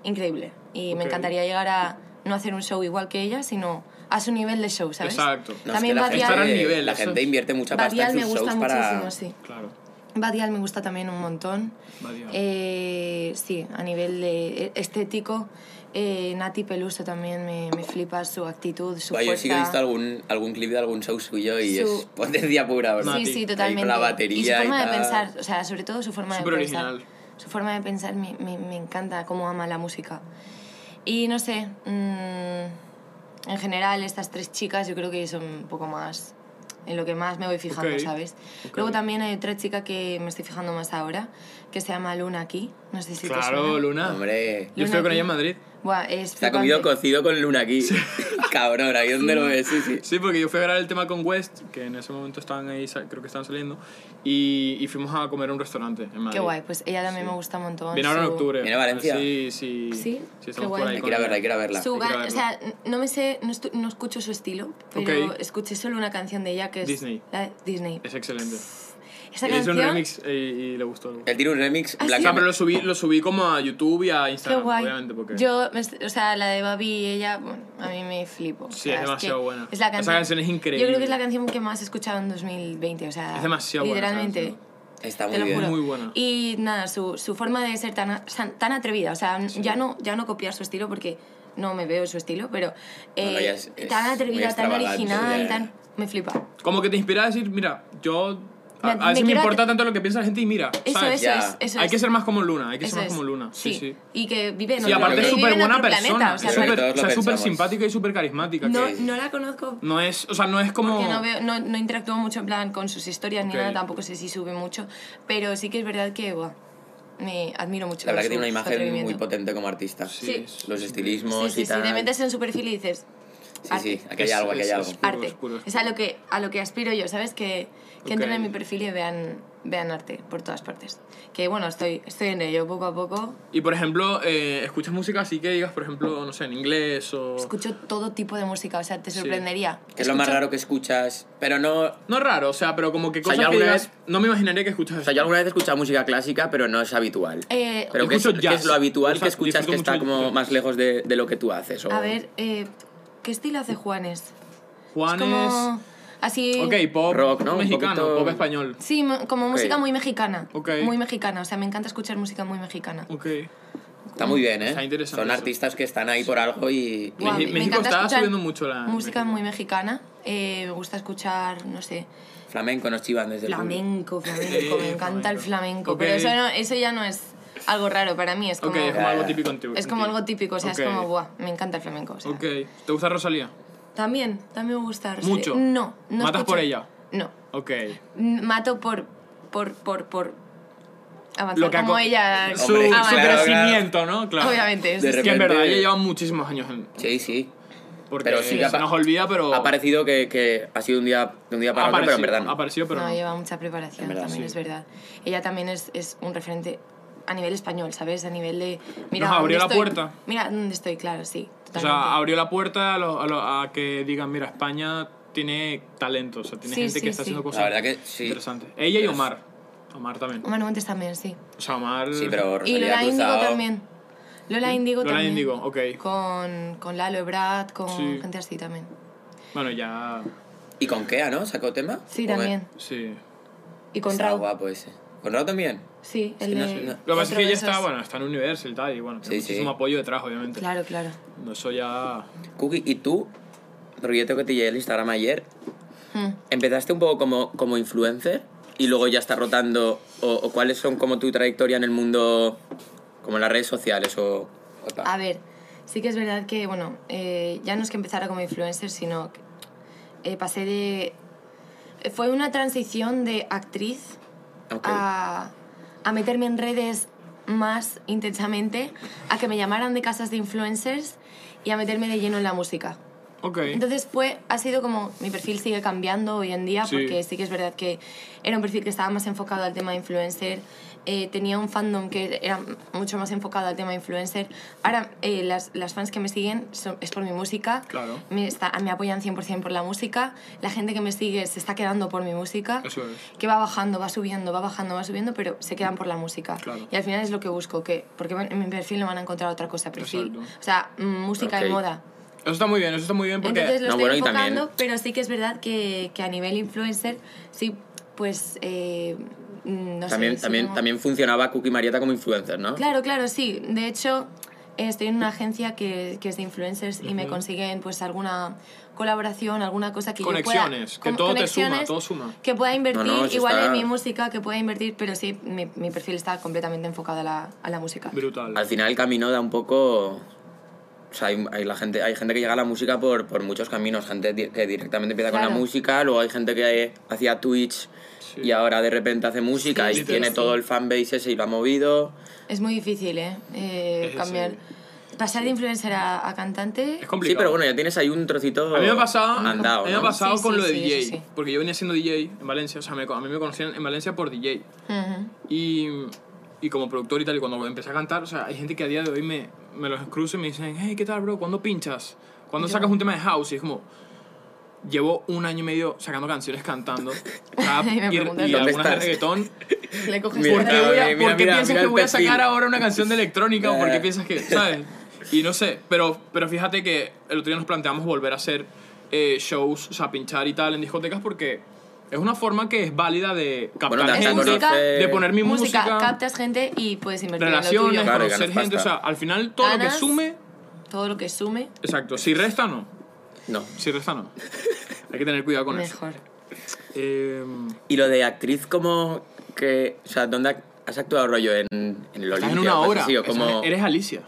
increíble. Y me Ok. encantaría llegar a no hacer un show igual que ella, sino a su nivel de show, ¿sabes? Exacto. No, También es que la, Badial, Estar al gente, nivel, la eso gente es. invierte mucha pasta en me sus gusta shows para... muchísimo, sí. Claro. Badial me gusta también un montón. Badial. Eh, sí, a nivel de eh, estético. Eh, Nati Peluso también me, me flipa su actitud, su Buah, yo sí que he fuerza. visto algún, algún clip de algún show suyo y Su- es potencia pura, ¿verdad? Nati. Sí, sí, Ahí totalmente. Con la batería y su forma y de tal. pensar, o sea, sobre todo su forma Súper de pensar. original. Su forma de pensar me, me, me encanta, cómo ama la música. Y no sé, mm, en general estas tres chicas yo creo que son un poco más en lo que más me voy fijando, Ok, ¿sabes? ok. Luego también hay otra chica que me estoy fijando más ahora, que se llama Luna aquí, no sé si te Claro, suena. Luna. Hombre, Yo estoy con pues, Luna, tío. ella en Madrid. Buah, es se ha comido flipante. cocido con Luna aquí. Cabrón, ahí donde lo ves, sí, sí. Sí, porque yo fui a grabar el tema con West, que en ese momento estaban ahí, sa- creo que estaban saliendo, y, y fuimos a comer a un restaurante en Madrid. Qué guay, pues ella también me gusta un montón. Viene ahora en su- octubre. Viene a Valencia. Sí, sí. Sí, qué estamos guay. por Hay ahí Hay que con ir a verla, ella. hay que ir a verla. Su Hay que gan- ir a o sea, n- no me sé, no, estu- no escucho su estilo, pero Ok. escuché solo una canción de ella que es Disney. la de Disney. Es excelente. Esa Hice canción, un remix eh, y, le gustó. algo. Él tiene un remix, Ah, Black O sí. sea, Mirror. pero lo subí, lo subí como a YouTube y a qué Instagram, guay. obviamente, porque... Yo, me est- o sea, la de Babi y ella, bueno, a mí me flipo. O Sí, sea, es demasiado que buena. Es la Esa canción, canción es increíble. Yo creo que es la canción que más he escuchado en 2020, o sea, Es demasiado buena esa literalmente. canción. Está muy Te lo bien. juro. Muy buena. Y nada, su, su forma de ser tan, a- san- tan atrevida, o sea, ya, no, ya no copiar su estilo porque no me veo su estilo, pero eh, No, no, ya es- es tan muy atrevida, tan extravagante, original, ya. tan... Me flipa. Como que te inspira a decir, mira, yo... A, Me- a veces me me, quiero- importa tanto lo que piensa la gente y mira, Eso, ¿sabes? eso Ya. es, eso hay es. que ser más como Luna, hay que Eso ser más es. como Luna. Sí, sí. Y que vive en Y otro, aparte creo es que- vive súper en buena otro planeta, persona. o sea, Yo creo súper- que todos O lo sea, súper pensamos. simpática y súper carismática. no, Sí. no la conozco No es... O sea, no es como... porque no, veo, no, no interactúo mucho en plan con sus historias Ok. ni nada, tampoco sé si sube mucho, pero sí que es verdad que buah, me admiro mucho. La verdad su- que tiene una su imagen muy atrevimiento. potente como artista. Sí. es- Los Sí, estilismos sí, y sí, tal. te metes en su perfil y dices, Sí, sí, arte. aquí hay Es- algo, aquí hay es- algo. es- Puro, arte. puro, Es a lo que, a lo que aspiro yo, ¿sabes? Que, que entren Ok. en mi perfil y vean, vean arte por todas partes. Que bueno, estoy, estoy en ello poco a poco. Y por ejemplo, eh, escuchas música así que digas, por ejemplo, no sé, en inglés o. Escucho todo tipo de música, o sea, te Sí. sorprendería. Que es lo más Escucho- raro que escuchas, pero no... O No raro, o sea, pero como que sea, cosas yo que alguna digas, vez- no me imaginaría que escuchas eso. sea, yo alguna vez he escuchado música clásica, pero no es habitual. Eh, Pero Yo que es, escucho que jazz. es lo habitual O sea, que escuchas que disfruto está mucho el como jazz. más lejos de, de lo que tú haces. Oh. o- A ver, eh, ¿qué estilo hace Juanes? Es Juanes. como... Así... Ok, pop Rock, ¿no? Un mexicano, poquito- pop español. Sí, mo- como música muy mexicana. Ok. Muy mexicana, o sea, me encanta escuchar música muy mexicana. Ok. Está uh, muy bien, Está ¿eh? interesante Son eso. artistas que están ahí por algo y... y- Guau, Meji- me México encanta está escuchar subiendo mucho la- Música México. muy mexicana. eh, me gusta escuchar, no sé, Flamenco nos chivan desde el público. flamenco, flamenco. Sí, me encanta el flamenco. flamenco. Pero Ok. eso, no- eso ya no es algo raro para mí. Es como, Ok, es como Ya, algo ya. típico en tu- es en como ti. algo típico. O sea, Ok, es como, buah, me encanta el flamenco. o sea. Ok. ¿Te gusta Rosalía? También, también me gusta. Rosalía. Mucho. No, no ¿Matas escucho- por ella? No. Ok. N- Mato por, por, por, por avanzar Lo que ha como co- ella. Su, Hombre, su claro, avanza. claro. crecimiento, ¿no? Claro. Obviamente. De sí, sí. Que en repente- verdad, ella lleva muchísimos años en... Sí, sí. Porque Pero sí que se apa- nos olvida, pero... Ha parecido que, que ha sido un día, de un día para ha otro, pero aparecido, en verdad ha no. aparecido, pero no, no. lleva mucha preparación, En verdad, también sí. es verdad. Ella también es, es un referente a nivel español, ¿sabes? A nivel de... Mira, Nos abrió dónde la estoy- puerta. Mira dónde estoy, claro, sí. O Totalmente. sea, abrió la puerta a, lo- a lo- a que digan, mira, España tiene talento, o sea, tiene Sí, gente sí, que está sí. haciendo cosas La verdad que sí. interesantes. Ella y Pero es- Omar. Omar también. Omar Montes también, sí. O sea, Omar... Sí, pero Y Rosalía Lola Índigo Cruzado- también. Lola Índigo Lola también. Índigo, ok. Con, con Lalo Ebrard, con Sí. gente así también. Bueno, ya... Y con Kea, ¿no? ¿Sacó tema? Sí, ¿O también. Sí. Y Con... con Está Raúl. guapo ese. ¿Con Raúl también? Sí, Es el que no de sé, no. Lo que pasa es que ella Cuatro está, Besos. bueno, está en Universal y tal, y bueno, tiene Sí, sí. muchísimo apoyo detrás, obviamente. Claro, claro. No, Eso ya... Cookie, ¿y tú? Porque yo te cotilleé el Instagram ayer. Mm. ¿Empezaste un poco como, como influencer y luego ya estás rotando? O, o cuáles son como tu trayectoria en el mundo, como en las redes sociales o... o tal? A ver, sí que es verdad que, bueno, eh, ya no es que empezara como influencer, sino que eh, pasé de... Fue una transición de actriz Ok. a, a meterme en redes más intensamente, a que me llamaran de casas de influencers y a meterme de lleno en la música. Ok. Entonces fue, ha sido como, mi perfil sigue cambiando hoy en día Sí. porque sí que es verdad que era un perfil que estaba más enfocado al tema influencer, eh, tenía un fandom que era mucho más enfocado al tema influencer. Ahora eh, las, las fans que me siguen son- es por mi música, Claro. me, está- me apoyan 100% por la música, la gente que me sigue se está quedando por mi música, Eso es. que va bajando, va subiendo, va bajando, va subiendo, pero se quedan por la música. Claro. Y al final es lo que busco, que, porque en mi perfil no van a encontrar otra cosa, perfil, Exacto. o sea, mm, música Ok. y moda. Eso está muy bien, eso está muy bien porque... Entonces lo No, estoy bueno, y enfocando, también- pero sí que es verdad que, que a nivel influencer, sí, pues, eh, mm, no sé, también, sí, también, como- también funcionaba Cookie Marieta como influencer, ¿no? Claro, claro, sí. De hecho, eh, estoy en una agencia que, que es de influencers y me consiguen pues alguna colaboración, alguna cosa que Conexiones, yo que pueda... con- todo te suma, conexiones todo suma. Que pueda invertir, No, no, eso igual está- en mi música, que pueda invertir, pero sí, mi, mi perfil está completamente enfocado a la, a la música. Brutal. Al final el camino da un poco... O sea, hay, hay la gente, hay gente que llega a la música por, por muchos caminos, gente di- que directamente empieza con Claro. la música, luego hay gente que hacía Twitch Sí. y ahora de repente hace música Sí, y sí, tiene sí. todo el fanbase ese y lo ha movido. Es muy difícil, ¿eh? Eh, Es- cambiar. sí. Pasar de influencer a, a cantante... Es Sí, complicado. pero bueno, ya tienes ahí un trocito A mí me ha pasado, andado, a mí me ¿no? ha pasado Sí, con sí, lo de sí, DJ, eso sí. porque yo venía siendo DJ en Valencia, o sea, me- a mí me conocían en Valencia por DJ. Ujú. Y, y como productor y tal, y cuando empecé a cantar, o sea, hay gente que a día de hoy me, me los cruzo y me dicen, hey, ¿qué tal, bro? ¿Cuándo pinchas? ¿Cuándo Yo- sacas un tema de house? Y es como, llevo un año y medio sacando canciones cantando, rap Y me y, preguntan, y ¿Dónde algunas de estás? reggaetón. Le coges Mira, ¿Por la qué, voy a- mira, por qué mira, piensas mira que el voy a perfil. sacar ahora una canción de electrónica? ¿O por qué Eh. piensas que, sabes? Y no sé, pero, pero fíjate que el otro día nos planteamos volver a hacer eh, shows, o sea, pinchar y tal en discotecas porque es una forma que es válida de captar Bueno, de gente, hacer música, conocer... de poner mi música, música, captas gente y puedes invertir en lo relaciones, tuyo. Claro, y conocer ganas gente, o pasta. sea, al final todo lo que Ganas. sume, Todo lo que sume, exacto, si resta no, No. si resta no. Hay que tener cuidado con mejor. eso. Eh, Y lo de actriz como que... O sea, ¿dónde ha- has actuado rollo? ¿En, en el estás en Olimpia una o cosas hora, así, pues, o o sea, como... eres Alicia.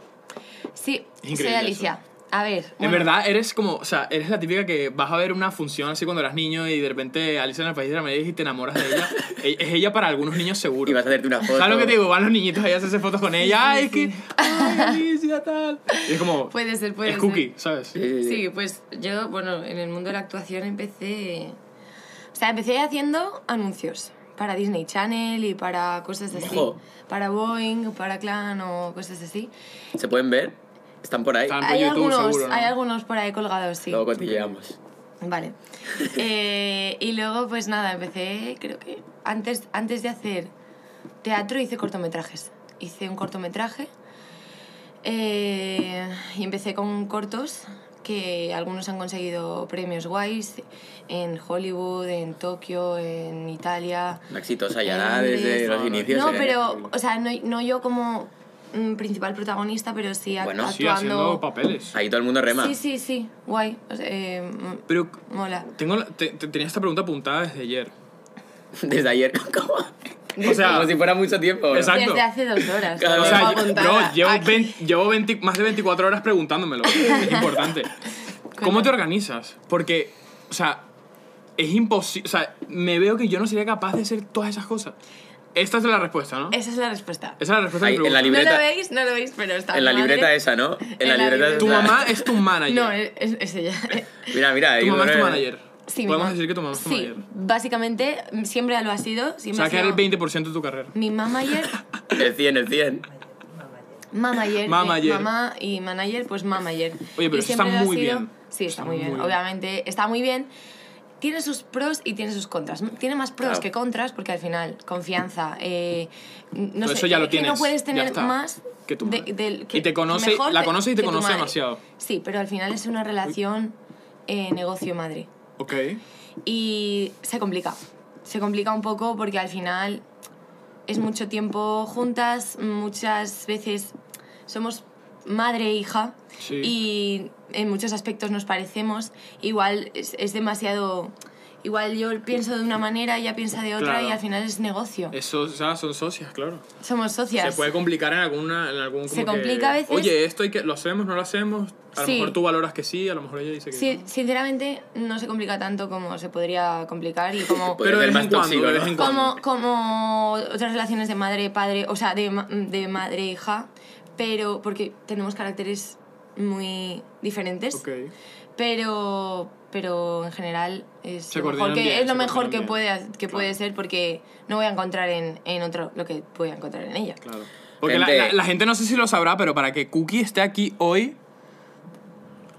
Sí, increíble soy eso. Alicia. A ver. En bueno, verdad, eres como, o sea, eres la típica que vas a ver una función así cuando eras niño y de repente Alicia en el País de las Maravillas y te enamoras de ella. E- es ella para algunos niños seguro. Y vas a hacerte una foto. ¿Sabes lo que te digo? Van los niñitos ahí a hacerse fotos con ella. Ay, es que, ay, Alicia, tal. Y es como, Puede ser, Pues puede es ser. cookie, ¿sabes? Sí, sí, sí. Sí, pues yo, bueno, en el mundo de la actuación empecé. O sea, empecé haciendo anuncios para Disney Channel y para cosas así. Ojo. Para Boeing, para Clan o cosas así. ¿Se pueden ver? Están por ahí. Están- Ah, por Hay YouTube algunos, seguro, ¿no? hay algunos por ahí colgados, sí. Luego cotilleamos. Vale. Eh, y luego, pues nada, empecé, creo que antes, antes de hacer teatro hice cortometrajes. Hice un cortometraje eh, y empecé con cortos que algunos han conseguido premios guays en Hollywood, en Tokio, en Italia. Una exitosa ya en desde Londres. eh, los inicios. No, ¿eh? pero, o sea, no, no yo como mm, principal protagonista, pero sí ac- Bueno, Sí, actuando. haciendo papeles. Ahí todo el mundo rema. Sí, sí, sí, guay. o sea, eh, mm, Pero mola. tengo la- te- te- tenía esta pregunta apuntada desde ayer. Desde ayer, como, O sea, como si fuera mucho tiempo. ¿no? Exacto. Desde hace dos horas. Claro, Lo O sea, tengo yo- bro, llevo, 20 llevo 20 más de 24 horas preguntándomelo. es importante. ¿Cómo te organizas? Porque, o sea, es imposible. O sea, me veo que yo no sería capaz de hacer todas esas cosas. Esta es la respuesta, ¿no? Esa Esa es la respuesta. es la respuesta Ahí, de en la No lo libreta, veis, no lo veis, pero está. en la madre- libreta esa, ¿no? En la libreta Tu esa. mamá es tu manager. No, es, es ella. Mira, mira. ahí tu mamá es tu pone- manager. Sí, mi Podemos mamá. decir que tu mamá es tu Sí, manager. básicamente mm, siempre lo ha sido. O Siempre sea, ha que sido era el 20% de tu carrera. Mi manager, El 100, el 100. manager, eh, Mamager. mamá y manager, pues mamager. Oye, pero Y eso está siempre lo ha muy sido- bien. Sí, está, Está muy bien. muy bien. Obviamente, está muy bien. Tiene sus pros y tiene sus contras. Tiene más pros Claro. que contras porque al final, confianza. eh, no Pero sé, eso ya es lo que tienes, No puedes ya tener está. más. Que tu de- madre. del- Y te conoce- mejor la conoce y te que tu conoce madre. demasiado. Sí, pero al final es una relación eh, negocio-madre Ok. y se complica. Se complica un poco porque al final es mucho tiempo juntas, muchas veces somos madre e hija Sí. y en muchos aspectos nos parecemos. Igual es, es demasiado... Igual yo pienso de una manera, ella piensa de otra Claro. y al final es negocio. Eso, o sea, son socias, claro. Somos Se socias. puede complicar en alguna en algún Se como que, complica a veces. Oye, esto hay que lo hacemos, no lo hacemos. A lo Sí. mejor tú valoras que sí, a lo mejor ella dice que Sí, no. sinceramente no se complica tanto como se podría complicar y como... Podría Pero de ser vez más en cuando, tóxico, de ¿no? vez en como, como otras relaciones de madre padre o sea de, ma- de madre e hija pero porque tenemos caracteres muy diferentes Ok. pero pero en general es Se lo mejor coordinan que bien, es lo se mejor que coordinan puede bien. ha- que Claro. puede ser porque no voy a encontrar en, en otro lo que voy a encontrar en ella Claro. Porque la, Gente- la- la gente no sé si lo sabrá, pero para que Cookie esté aquí hoy.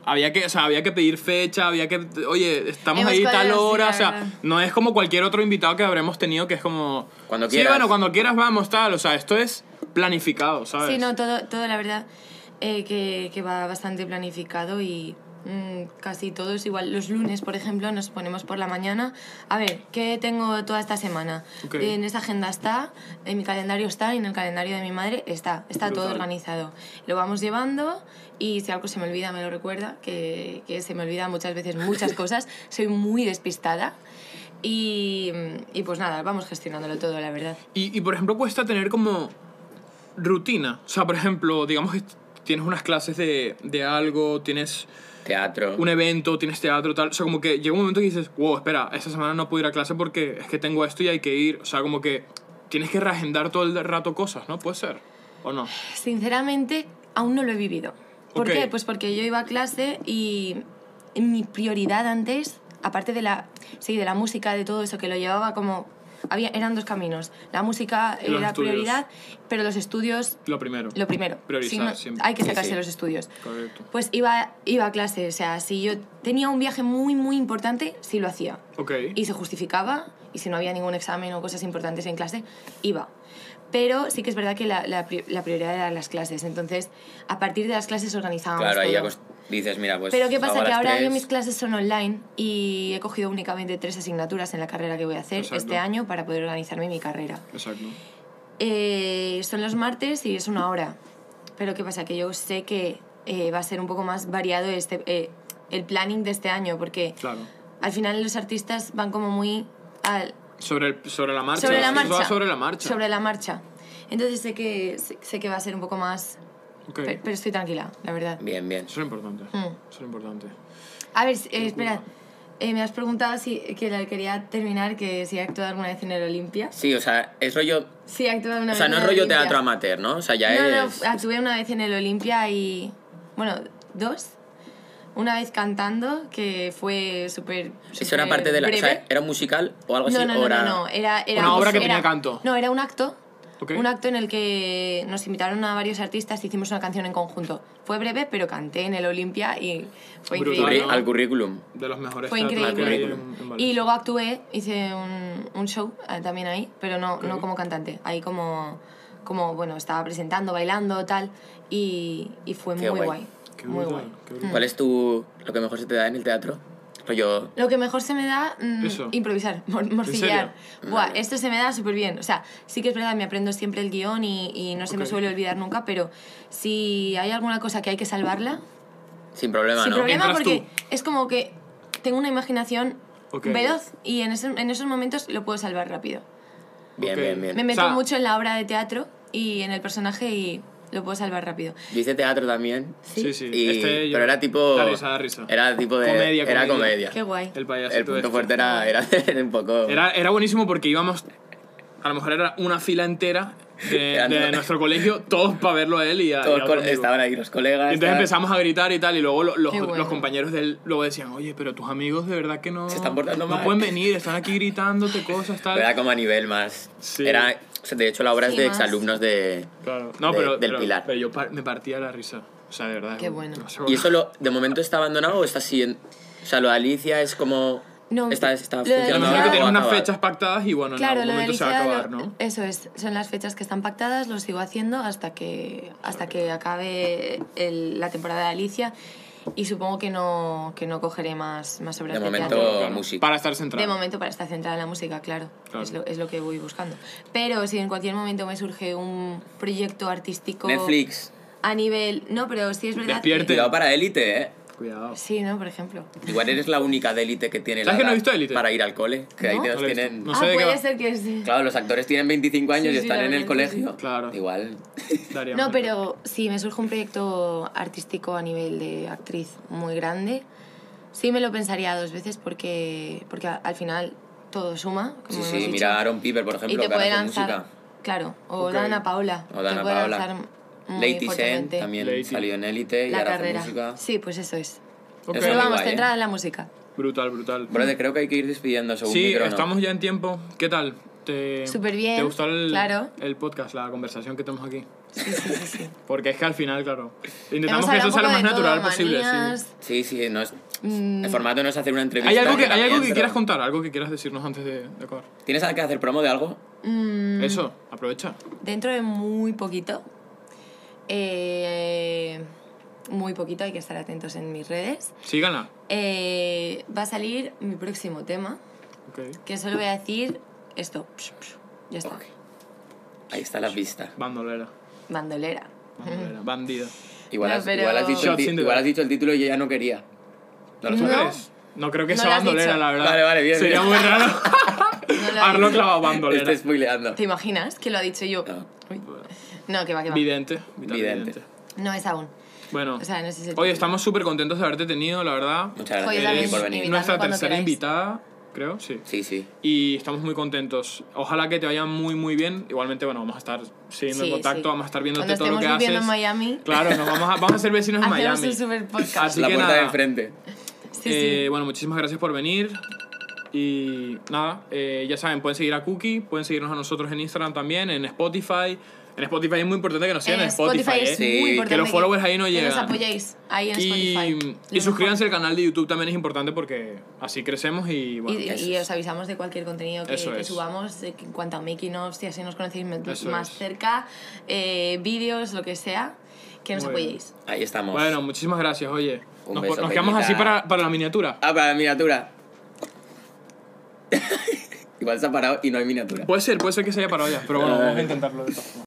Había que, o sea, había que pedir fecha, había que. Oye, estamos Hemos ahí tal cuadrado, sí, hora. la O sea, verdad. no es como cualquier otro invitado que habremos tenido que es como. Cuando Sí, quieras. bueno, cuando quieras vamos, tal. O sea, esto es planificado, ¿sabes? sí no todo todo la verdad eh, que, que va bastante planificado y mm, casi todos igual los lunes por ejemplo nos ponemos por la mañana a ver qué tengo toda esta semana Ok. en esa agenda está en mi calendario está y en el calendario de mi madre está está todo Brutal. organizado lo vamos llevando y si algo se me olvida me lo recuerda que, que se me olvida muchas veces muchas cosas soy muy despistada y, y pues nada vamos gestionándolo todo la verdad Y, y, por ejemplo, cuesta tener como rutina. O sea, por ejemplo, digamos que tienes unas clases de, de algo, tienes Teatro. un evento, tienes teatro, tal. O sea, como que llega un momento que dices, wow, espera, esta semana no puedo ir a clase porque es que tengo esto y hay que ir. O sea, como que tienes que reagendar todo el rato cosas, ¿no? Puede ser. ¿O no? Sinceramente, aún no lo he vivido. ¿Por Ok. qué? Pues porque yo iba a clase y mi prioridad antes, aparte de la, sí, de la música, de todo eso, que lo llevaba como... Había, eran dos caminos. La música Y los era estudios. prioridad, pero los estudios, Lo primero. lo primero. Priorizar Si no, siempre. Hay que Sí, sacarse sí. los estudios. Correcto. Pues iba, iba a clase, o sea, si yo tenía un viaje muy, muy importante, sí lo hacía Ok. y se justificaba y si no había ningún examen o cosas importantes en clase, iba. Pero sí que es verdad que la, la pri- la prioridad eran las clases, entonces a partir de las clases organizábamos Claro, ahí todo. ya cos- dices, mira, pues. Pero ¿qué pasa? hago Que las ahora yo tres. mis clases son online y he cogido únicamente tres asignaturas en la carrera que voy a hacer Exacto. este año para poder organizarme mi carrera. Exacto. Eh, son los martes y es una hora. Pero ¿qué pasa? Que yo sé que eh, va a ser un poco más variado este, eh, el planning de este año porque Claro. al final los artistas van como muy al, Sobre, el- sobre la marcha. sobre la Eso va marcha. Sobre la marcha. Sobre la marcha. Entonces sé que, sé, sé que va a ser un poco más... Ok. pe- Pero, estoy tranquila, la verdad. Bien, bien. Eso es importante. Mm. Eso es importante. A ver, eh, espera. Eh, me has preguntado si que la- quería terminar, que si he actuado alguna vez en el Olimpia. Sí, o sea, es rollo. Sí, he actuado una O vez sea, en no el es rollo Olimpia. teatro amateur, ¿no? O sea, ya No, ah, no, es. actué una vez en el Olimpia y... Bueno, dos. Una vez cantando, que fue súper... Eso era súper parte de la. O eh, breve. sea, ¿era un musical o algo así? No, no, o no, era- no, no, Era, era Una obra pues, que tenía era- canto. No, era un acto. Ok. Un acto en el que nos invitaron a varios artistas y hicimos una canción en conjunto. Fue breve, pero canté en el Olimpia y fue Brutal. Curri- increíble. no. Al currículum. De los mejores Fue teatros que hay increíble. en- en Valencia. Y luego actué, hice un, un show eh, también ahí, pero no, Ok. no como cantante. Ahí como, como, bueno, estaba presentando, bailando, tal. Y, y fue Qué muy guay. guay. Qué Muy brutal, guay. Mm. qué brutal. ¿Cuál es tu. lo que mejor se te da en el teatro? Rollo, Lo que mejor se me da, mm, Eso. improvisar, mor- morcillar. serio? Buah, Vale. esto se me da súper bien. O sea, sí que es verdad, me aprendo siempre el guión y, y no se me Ok. suele olvidar nunca, pero si hay alguna cosa que hay que salvarla, sin problema, sin ¿no? problema, Entras porque tú. es como que tengo una imaginación Ok. veloz y en, esos- en esos momentos lo puedo salvar rápido. Bien, Ok. bien, bien. Me O meto sea- mucho en la obra de teatro y en el personaje y lo puedo salvar rápido. Yo hice teatro también. Mm, Sí. Sí, sí. y- Este yo- pero era tipo. Da risa, da risa. Era tipo de. Comedia, era comedia. comedia. Qué guay. El El payasito punto este. fuerte era, era un poco. Era, era buenísimo porque íbamos, a lo mejor era una fila entera de, Eran- de nuestro colegio, todos para verlo a él y a, y todos al col- conmigo. estaban ahí los colegas. Y Entonces tal. empezamos a gritar y tal, y luego lo- los, Qué bueno. los compañeros de él luego decían, oye, pero tus amigos de verdad que no... Se están portando No mal". pueden venir, están aquí gritándote cosas, tal. Pero Era como a nivel más. Sí. Era, o sea, de hecho, la obra es Sí, de más. exalumnos de. Claro. No, de- pero, del pero- Pilar. pero yo par- me partía la risa. O sea, de verdad. Qué bueno. no sé, ¿Y eso lo, de momento está abandonado o está así en- O sea, lo de Alicia es como. No, está, está lo de A lo funcionando. mejor que Claro. tienen o unas acaba? fechas pactadas y bueno, Claro, en lo algún de momento se va a Alicia, acabar, lo- ¿no? Eso es, son las fechas que están pactadas, lo sigo haciendo hasta que, hasta que acabe el- la temporada de Alicia y supongo que no, que no cogeré más, más obras De de momento, teatro. Claro. música. Para estar centrado. De momento para estar centrada en la música, claro, Claro. Es, lo, es lo que voy buscando. Pero si en cualquier momento me surge un proyecto artístico Netflix. a nivel... No, pero sí es verdad Despierte. que- Cuidado para élite, ¿eh? Cuidado. Sí, ¿no? Por ejemplo. Igual eres la única de élite que tiene la ¿Sabes que no he edad visto Élite? Para ir al cole. Que ahí ¿No? te los No lo he visto. tienen. No ah, sé de qué puede va. ser que sí. Claro, los actores tienen 25 años Sí, y sí, están la en el verdad es que sí. colegio. Claro. Igual. Daría No, más. pero si me surge un proyecto artístico a nivel de actriz muy grande, sí me lo pensaría dos veces porque, porque a- al final todo suma. Como Sí, hemos sí, dicho, mira a Aaron Piper, por y ejemplo, te que puede ahora hace lanzar. música. Claro, o Ok. Dana Paola. O te Dana puede Paola. lanzar muy Lady Sen fuertemente también Lady. salió en élite y La ahora carrera. hace música. Sí, pues eso es. Ok. Eso Pero muy vamos, guay, ¿eh? centrada en la música. Brutal, brutal. Brother, creo que hay que ir despidiendo según Sí, micro, ¿no? estamos ya en tiempo. ¿Qué tal? ¿Te, Súper bien, ¿Te gustó el, claro. el podcast, la conversación que tenemos aquí? Sí, sí, sí. sí. Porque es que al final, claro, Hemos intentamos que eso hablado un sea lo más poco de todo, natural posible. sí. manías. Sí, sí, no es- Mm. el formato no es hacer una entrevista. ¿Hay algo ni que, hay también, algo que pero- quieras contar? ¿Algo que quieras decirnos antes de, de acabar? ¿Tienes algo que hacer promo de algo? Mm, Eso, aprovecha. Dentro de muy poquito. eh, muy poquito, hay que estar atentos en mis redes. Síganla. Eh, va a salir mi próximo tema, Ok. que solo voy a decir esto. Ya está. Ahí está la pista. Bandolera. Bandolera. Bandolera. Mm. Bandida. Igual, No, has, pero- igual has dicho el Shots ti- in the igual dark. has dicho el título y yo ya no quería. No lo ¿Tú No. sabes. crees? No creo que No sea lo has bandolera, dicho. la verdad. Vale, vale, bien, Sería bien. Este muy raro. No lo ha Arlo dicho. clavado Ah, bandolera. Estoy spoileando. ¿Te imaginas que lo ha dicho yo? Ah. No. Uy. No, que va, que va. Vidente. vital Vidente. No es aún. Bueno, O sea, no sé si- oye, estamos súper contentos de haberte tenido, la verdad. Muchas Oye, gracias dale, Jenny, por mi venir. vida. Nuestra cuando tercera queráis. invitada, creo, sí. Sí, sí. Y estamos muy contentos. Ojalá que te vaya muy, muy bien. Igualmente, bueno, vamos a estar siguiendo Sí, en contacto, sí. vamos a estar viéndote Cuando todo lo que estemos haces. viviendo en Miami. Claro, nos vamos, a, vamos a ser vecinos en Hacemos Miami. un super podcast. Así la que puerta nada. de enfrente. Sí, Eh, sí. Bueno, muchísimas gracias por venir. Y nada, eh, ya saben, pueden seguir a Cookie, pueden seguirnos a nosotros en Instagram también, en Spotify. En Spotify es muy importante que nos sigan en, En Spotify, es ¿eh? Sí, muy que importante. los followers ahí no Que nos llegan. apoyéis ahí en Y, mm, Spotify. y suscríbanse al canal de YouTube también es importante porque así crecemos y bueno. Y, eso y es. os avisamos de cualquier contenido que, Eso que es. subamos, eh, que en cuanto a making offs, si así nos conocéis me- Eso más es. cerca, eh, vídeos, lo que sea, que nos Muy apoyéis. Ahí estamos. Bueno, muchísimas gracias, oye. Un Nos, beso, nos quedamos así Peñita. para, para la miniatura. Ah, para la miniatura. Igual se ha parado y no hay miniatura. Puede ser, puede ser que se haya parado ya, pero bueno, vamos a intentarlo de todas formas.